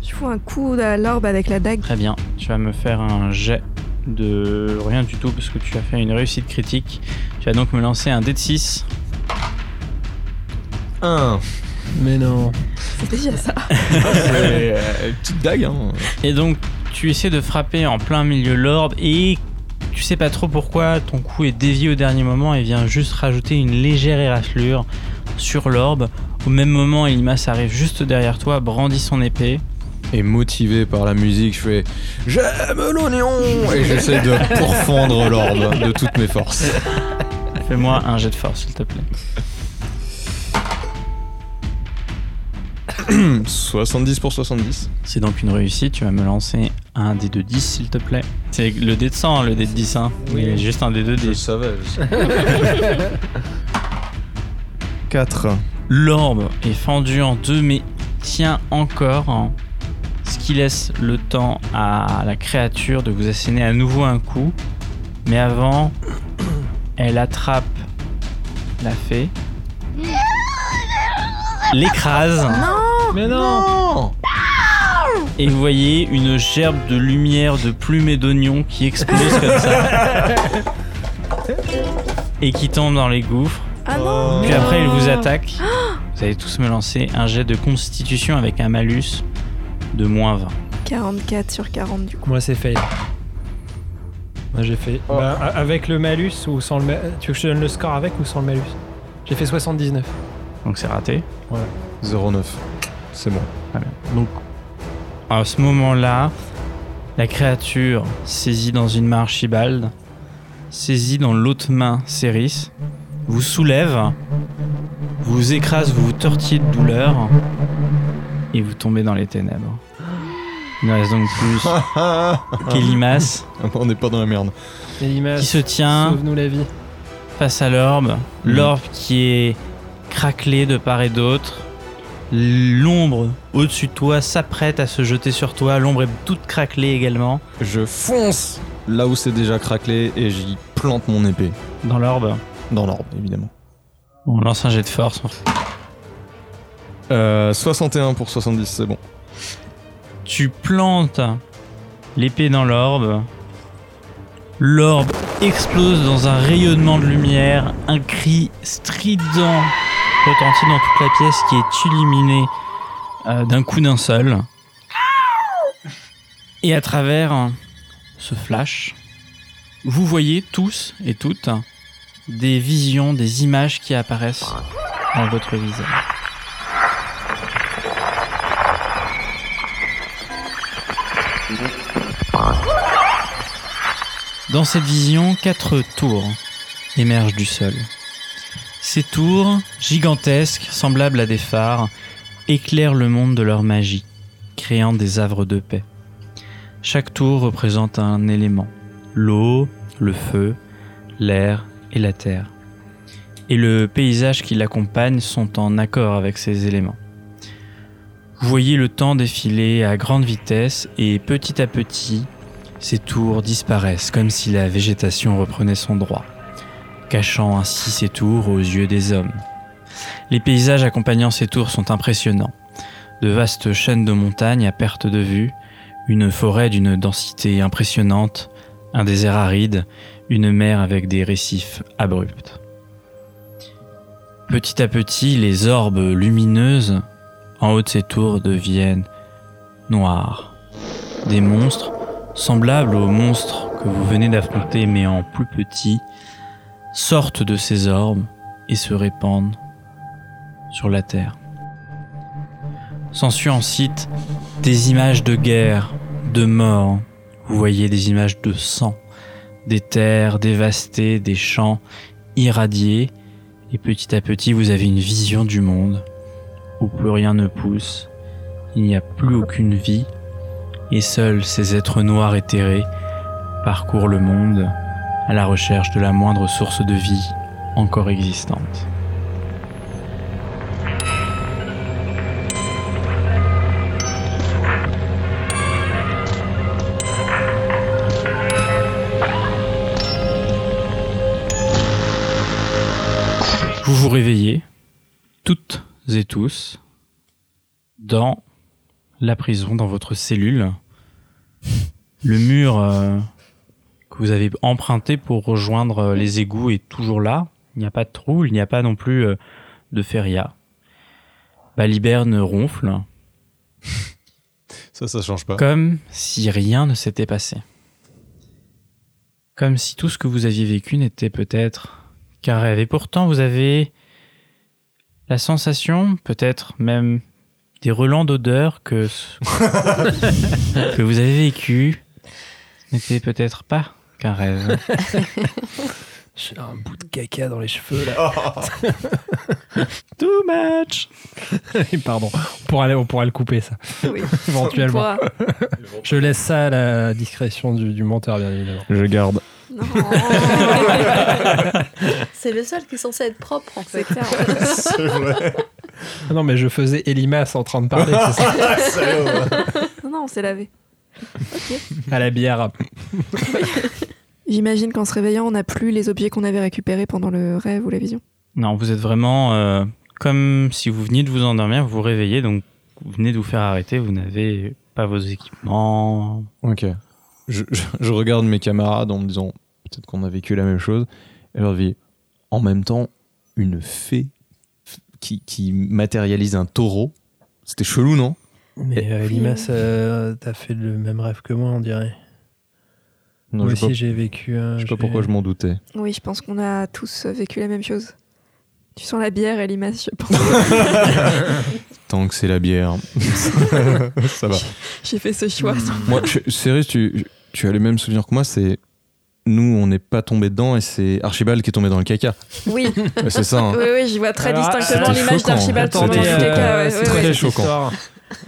[SPEAKER 7] Je fous un coup à l'orbe avec la dague.
[SPEAKER 9] Très bien, tu vas me faire un jet de rien du tout parce que tu as fait une réussite critique. Tu vas donc me lancer un dé de 6.
[SPEAKER 3] 1.
[SPEAKER 5] Mais non.
[SPEAKER 7] C'est déjà ça.
[SPEAKER 3] Ah, petite dague, hein.
[SPEAKER 9] Et donc tu essaies de frapper en plein milieu l'orbe et tu sais pas trop pourquoi ton coup est dévié au dernier moment et vient juste rajouter une légère éraflure sur l'orbe. Au même moment, Elimas arrive juste derrière toi, brandit son épée.
[SPEAKER 3] Et motivé par la musique, je fais J'aime l'oignon Et j'essaie de pourfendre l'orbe de toutes mes forces.
[SPEAKER 9] Fais-moi un jet de force, s'il te plaît.
[SPEAKER 3] 70 pour 70.
[SPEAKER 9] C'est donc une réussite, tu vas me lancer un dé de 10, s'il te plaît. C'est le dé de 100, hein, le dé de 10, hein.
[SPEAKER 5] Oui.
[SPEAKER 9] Mais juste un dé de 10.
[SPEAKER 3] savais. 4.
[SPEAKER 9] L'orbe est fendu en deux mais tient encore, hein, ce qui laisse le temps à la créature de vous asséner à nouveau un coup. Mais avant, elle attrape la fée, l'écrase
[SPEAKER 5] Mais non
[SPEAKER 9] et vous voyez une gerbe de lumière, de plumes et d'oignons qui explose comme ça et qui tombe dans les gouffres.
[SPEAKER 7] Ah non
[SPEAKER 9] Puis après, il vous attaque. Vous allez tous me lancer un jet de constitution avec un malus de moins 20.
[SPEAKER 7] 44 sur 40 du coup.
[SPEAKER 5] Moi, c'est fail. Moi, j'ai fait. Bah, a- avec le malus ou sans le malus Tu veux que je te donne le score avec ou sans le malus J'ai fait 79.
[SPEAKER 9] Donc c'est raté.
[SPEAKER 3] 09. C'est bon.
[SPEAKER 9] Donc à ce moment-là, la créature saisie dans une main Archibald saisit dans l'autre main Céris, vous soulève, vous écrase, vous vous tortillez de douleur et vous tombez dans les ténèbres. Il ne reste donc plus qu'Elimas
[SPEAKER 3] On n'est pas dans la merde.
[SPEAKER 5] Elimas,
[SPEAKER 9] qui se tient
[SPEAKER 5] sauve-nous la vie.
[SPEAKER 9] face à l'orbe, l'orbe qui est craquelé de part et d'autre. L'ombre au-dessus de toi s'apprête à se jeter sur toi, l'ombre est toute craquelée également
[SPEAKER 3] Je fonce là où c'est déjà craquelé et j'y plante mon épée.
[SPEAKER 9] dans l'orbe.
[SPEAKER 3] Dans l'orbe, évidemment.
[SPEAKER 9] On lance un jet de force.
[SPEAKER 3] Euh, 61 pour 70, c'est bon.
[SPEAKER 9] Tu plantes l'épée dans l'orbe. L'orbe explose dans un rayonnement de lumière. Un cri strident retentit dans toute la pièce qui est illuminée euh, d'un coup d'un seul. Et à travers euh, ce flash, vous voyez tous et toutes des visions, des images qui apparaissent dans votre visage. Dans cette vision, quatre tours émergent du sol. Ces tours, gigantesques, semblables à des phares, éclairent le monde de leur magie, créant des havres de paix. Chaque tour représente un élément, l'eau, le feu, l'air et la terre. Et le paysage qui l'accompagne sont en accord avec ces éléments. Vous voyez le temps défiler à grande vitesse et petit à petit, ces tours disparaissent comme si la végétation reprenait son droit, cachant ainsi ces tours aux yeux des hommes. Les paysages accompagnant ces tours sont impressionnants. De vastes chaînes de montagnes à perte de vue, une forêt d'une densité impressionnante, un désert aride, une mer avec des récifs abrupts. Petit à petit, les orbes lumineuses en haut de ces tours deviennent noirs. Des monstres semblables aux monstres que vous venez d'affronter mais en plus petit, sortent de ces orbes et se répandent sur la Terre. S'ensuit ensuite des images de guerre, de mort. Vous voyez des images de sang, des terres dévastées, des champs irradiés. Et petit à petit, vous avez une vision du monde où plus rien ne pousse. Il n'y a plus aucune vie et seuls ces êtres noirs éthérés parcourent le monde à la recherche de la moindre source de vie encore existante. Vous vous réveillez, toutes et tous, dans la prison dans votre cellule. Le mur euh, que vous avez emprunté pour rejoindre euh, les égouts est toujours là. Il n'y a pas de trou, il n'y a pas non plus euh, de feria. Baliberne ronfle,
[SPEAKER 3] Ça, ça change pas.
[SPEAKER 9] comme si rien ne s'était passé. Comme si tout ce que vous aviez vécu n'était peut-être qu'un rêve. Et pourtant, vous avez la sensation, peut-être même des relents d'odeur que ce- que vous avez vécu n'était peut-être pas qu'un rêve.
[SPEAKER 5] J'ai un bout de caca dans les cheveux là.
[SPEAKER 9] Too much.
[SPEAKER 5] Pardon. On pourra, aller- on pourra le couper ça.
[SPEAKER 7] Oui.
[SPEAKER 5] Éventuellement.
[SPEAKER 7] Toi.
[SPEAKER 5] Je laisse ça à la discrétion du, du monteur, bien évidemment.
[SPEAKER 3] Je garde.
[SPEAKER 7] Non.
[SPEAKER 4] C'est le seul qui est censé être propre en
[SPEAKER 7] C'est
[SPEAKER 4] fait.
[SPEAKER 7] clair.
[SPEAKER 3] C'est vrai.
[SPEAKER 5] Ah non, mais je faisais Elimas en train de parler, c'est ça
[SPEAKER 7] Non, non, on s'est lavé.
[SPEAKER 5] À la bière.
[SPEAKER 7] J'imagine qu'en se réveillant, on n'a plus les objets qu'on avait récupérés pendant le rêve ou la vision.
[SPEAKER 9] Non, vous êtes vraiment euh, comme si vous veniez de vous endormir, vous vous réveillez, donc vous venez de vous faire arrêter, vous n'avez pas vos équipements.
[SPEAKER 3] Ok. Je, je- je regarde mes camarades en me disant peut-être qu'on a vécu la même chose. Et leur vie. En même temps, une fée f- qui, qui matérialise un taureau. C'était chelou, non
[SPEAKER 5] Mais euh, Elimas, euh, t'as fait le même rêve que moi, on dirait.
[SPEAKER 3] Non,
[SPEAKER 5] moi
[SPEAKER 3] je sais
[SPEAKER 5] aussi,
[SPEAKER 3] pas,
[SPEAKER 5] j'ai vécu. un-
[SPEAKER 3] je sais pas
[SPEAKER 5] j'ai-
[SPEAKER 3] pourquoi je m'en doutais.
[SPEAKER 7] Oui, je pense qu'on a tous vécu la même chose. Tu sens la bière et l'image, je pense.
[SPEAKER 3] Tant que c'est la bière, ça va.
[SPEAKER 7] J'ai fait ce choix.
[SPEAKER 3] Hmm. Moi, je- sérieux, tu, tu as les mêmes souvenirs que moi, c'est nous, on n'est pas tombé dedans et c'est Archibald qui est tombé dans le caca.
[SPEAKER 7] Oui,
[SPEAKER 3] Ouais, C'est ça. hein.
[SPEAKER 7] oui, oui, je vois très
[SPEAKER 5] Alors,
[SPEAKER 7] distinctement
[SPEAKER 3] c'était
[SPEAKER 7] l'image
[SPEAKER 3] choquant.
[SPEAKER 7] d'Archibald
[SPEAKER 3] C'était
[SPEAKER 7] tombant dans le
[SPEAKER 3] choquant.
[SPEAKER 7] caca, ouais,
[SPEAKER 3] C'est
[SPEAKER 7] ouais,
[SPEAKER 3] très
[SPEAKER 7] ouais.
[SPEAKER 3] choquant.
[SPEAKER 5] histoire.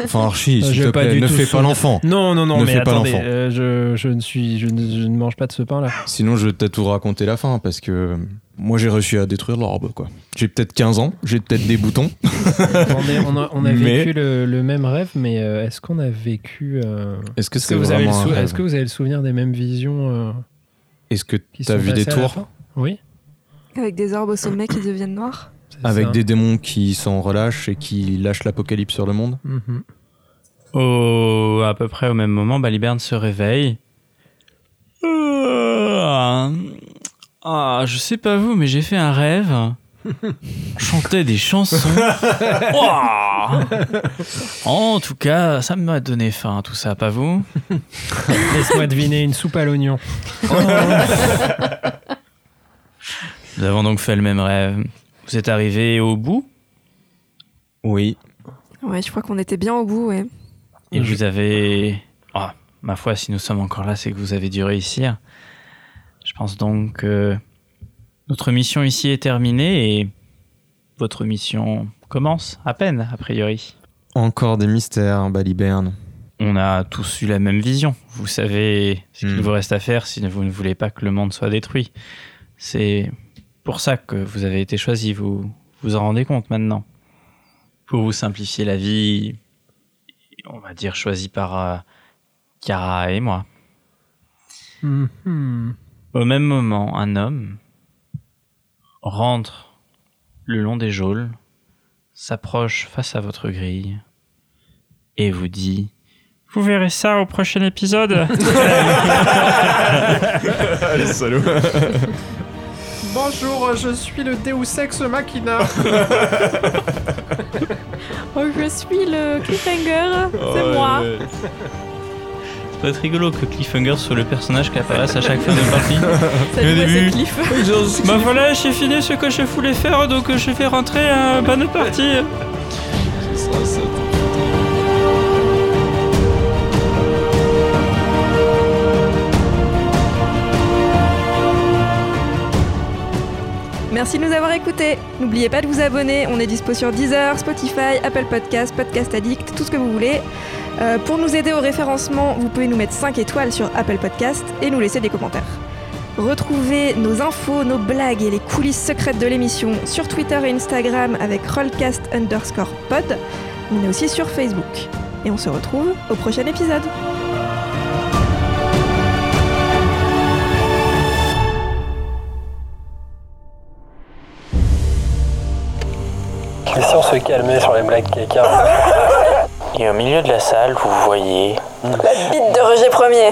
[SPEAKER 3] Enfin, Archie, s'il
[SPEAKER 5] J'ai
[SPEAKER 3] te
[SPEAKER 5] Ah, pas
[SPEAKER 3] plaît,
[SPEAKER 5] du
[SPEAKER 3] ne
[SPEAKER 5] tout
[SPEAKER 3] fais
[SPEAKER 5] souvenir.
[SPEAKER 3] pas l'enfant.
[SPEAKER 5] Non, non, non,
[SPEAKER 3] Ne
[SPEAKER 5] mais
[SPEAKER 3] fais pas
[SPEAKER 5] attendez,
[SPEAKER 3] l'enfant.
[SPEAKER 5] euh, je, je ne suis, je ne, je ne mange pas de ce pain-là.
[SPEAKER 3] Sinon, je vais peut-être vous raconter la fin parce que euh, moi, j'ai réussi à détruire l'orbe, quoi. J'ai peut-être 15 ans, j'ai peut-être des boutons.
[SPEAKER 5] Attendez, on a, on a
[SPEAKER 3] Mais-
[SPEAKER 5] vécu le, le même rêve, mais euh, est-ce qu'on a vécu... euh,
[SPEAKER 3] Est-ce que
[SPEAKER 5] Est-ce que,
[SPEAKER 3] c'est
[SPEAKER 5] vous avez le
[SPEAKER 3] vraiment un
[SPEAKER 5] sou-
[SPEAKER 3] rêve
[SPEAKER 5] est-ce que vous avez le souvenir des mêmes visions euh,
[SPEAKER 3] Est-ce que
[SPEAKER 5] qui
[SPEAKER 3] t'as
[SPEAKER 5] sont
[SPEAKER 3] vu des
[SPEAKER 5] passées à la
[SPEAKER 3] tours
[SPEAKER 5] fin Oui.
[SPEAKER 7] Avec des orbes au sommet qui deviennent noirs.
[SPEAKER 5] c'est
[SPEAKER 3] avec
[SPEAKER 5] ça.
[SPEAKER 3] des démons qui s'en relâchent et qui lâchent l'apocalypse sur le monde
[SPEAKER 5] Mhm.
[SPEAKER 9] Au, à peu près au même moment, Baliberne se réveille. Ah, ah, je sais pas vous, mais j'ai fait un rêve. On chantait des chansons. Ouah en tout cas, ça m'a donné faim, tout ça, pas vous
[SPEAKER 5] Laisse-moi deviner une soupe à l'oignon.
[SPEAKER 9] Nous avons donc fait le même rêve. Vous êtes arrivés au bout
[SPEAKER 3] Oui.
[SPEAKER 7] Ouais, je crois qu'on était bien au bout, ouais.
[SPEAKER 9] Et
[SPEAKER 5] Mhm.
[SPEAKER 9] vous avez. Ah, ma foi, si nous sommes encore là, c'est que vous avez dû réussir. Je pense donc que notre mission ici est terminée et votre mission commence à peine, a priori.
[SPEAKER 3] Encore des mystères, Baliberne.
[SPEAKER 9] On a tous eu la même vision. Vous savez ce qu'il
[SPEAKER 3] Mhm.
[SPEAKER 9] vous reste à faire si vous ne voulez pas que le monde soit détruit. C'est pour ça que vous avez été choisi, vous vous en rendez compte maintenant. Pour vous simplifier la vie, on va dire choisi par euh, Kara et moi.
[SPEAKER 5] Mhm.
[SPEAKER 9] Au même moment, un homme rentre le long des geôles, s'approche face à votre grille et vous dit Vous verrez ça au prochain épisode
[SPEAKER 5] Bonjour, je suis le Deus Ex Machina.
[SPEAKER 7] Oh, je suis le cliffhanger,
[SPEAKER 6] Oh,
[SPEAKER 7] c'est moi.
[SPEAKER 9] Ça peut être rigolo que Cliffhanger soit le personnage qui apparaisse à chaque fin de partie.
[SPEAKER 7] Salut, moi, c'est
[SPEAKER 9] début.
[SPEAKER 7] Cliff.
[SPEAKER 9] bah voilà, j'ai fini ce que je voulais faire, donc je vais rentrer à bonne partie.
[SPEAKER 7] Merci de nous avoir écoutés. N'oubliez pas de vous abonner. On est dispo sur Deezer, Spotify, Apple Podcast, Podcast Addict, tout ce que vous voulez. Euh, pour nous aider au référencement, vous pouvez nous mettre 5 étoiles sur Apple Podcast et nous laisser des commentaires. Retrouvez nos infos, nos blagues et les coulisses secrètes de l'émission sur Twitter et Instagram avec Rollcast underscore pod. On est aussi sur Facebook. Et on se retrouve au prochain épisode.
[SPEAKER 10] Laissons se calmer sur les blagues caca. Et au milieu de la salle, vous voyez
[SPEAKER 11] Bite de rejet premier.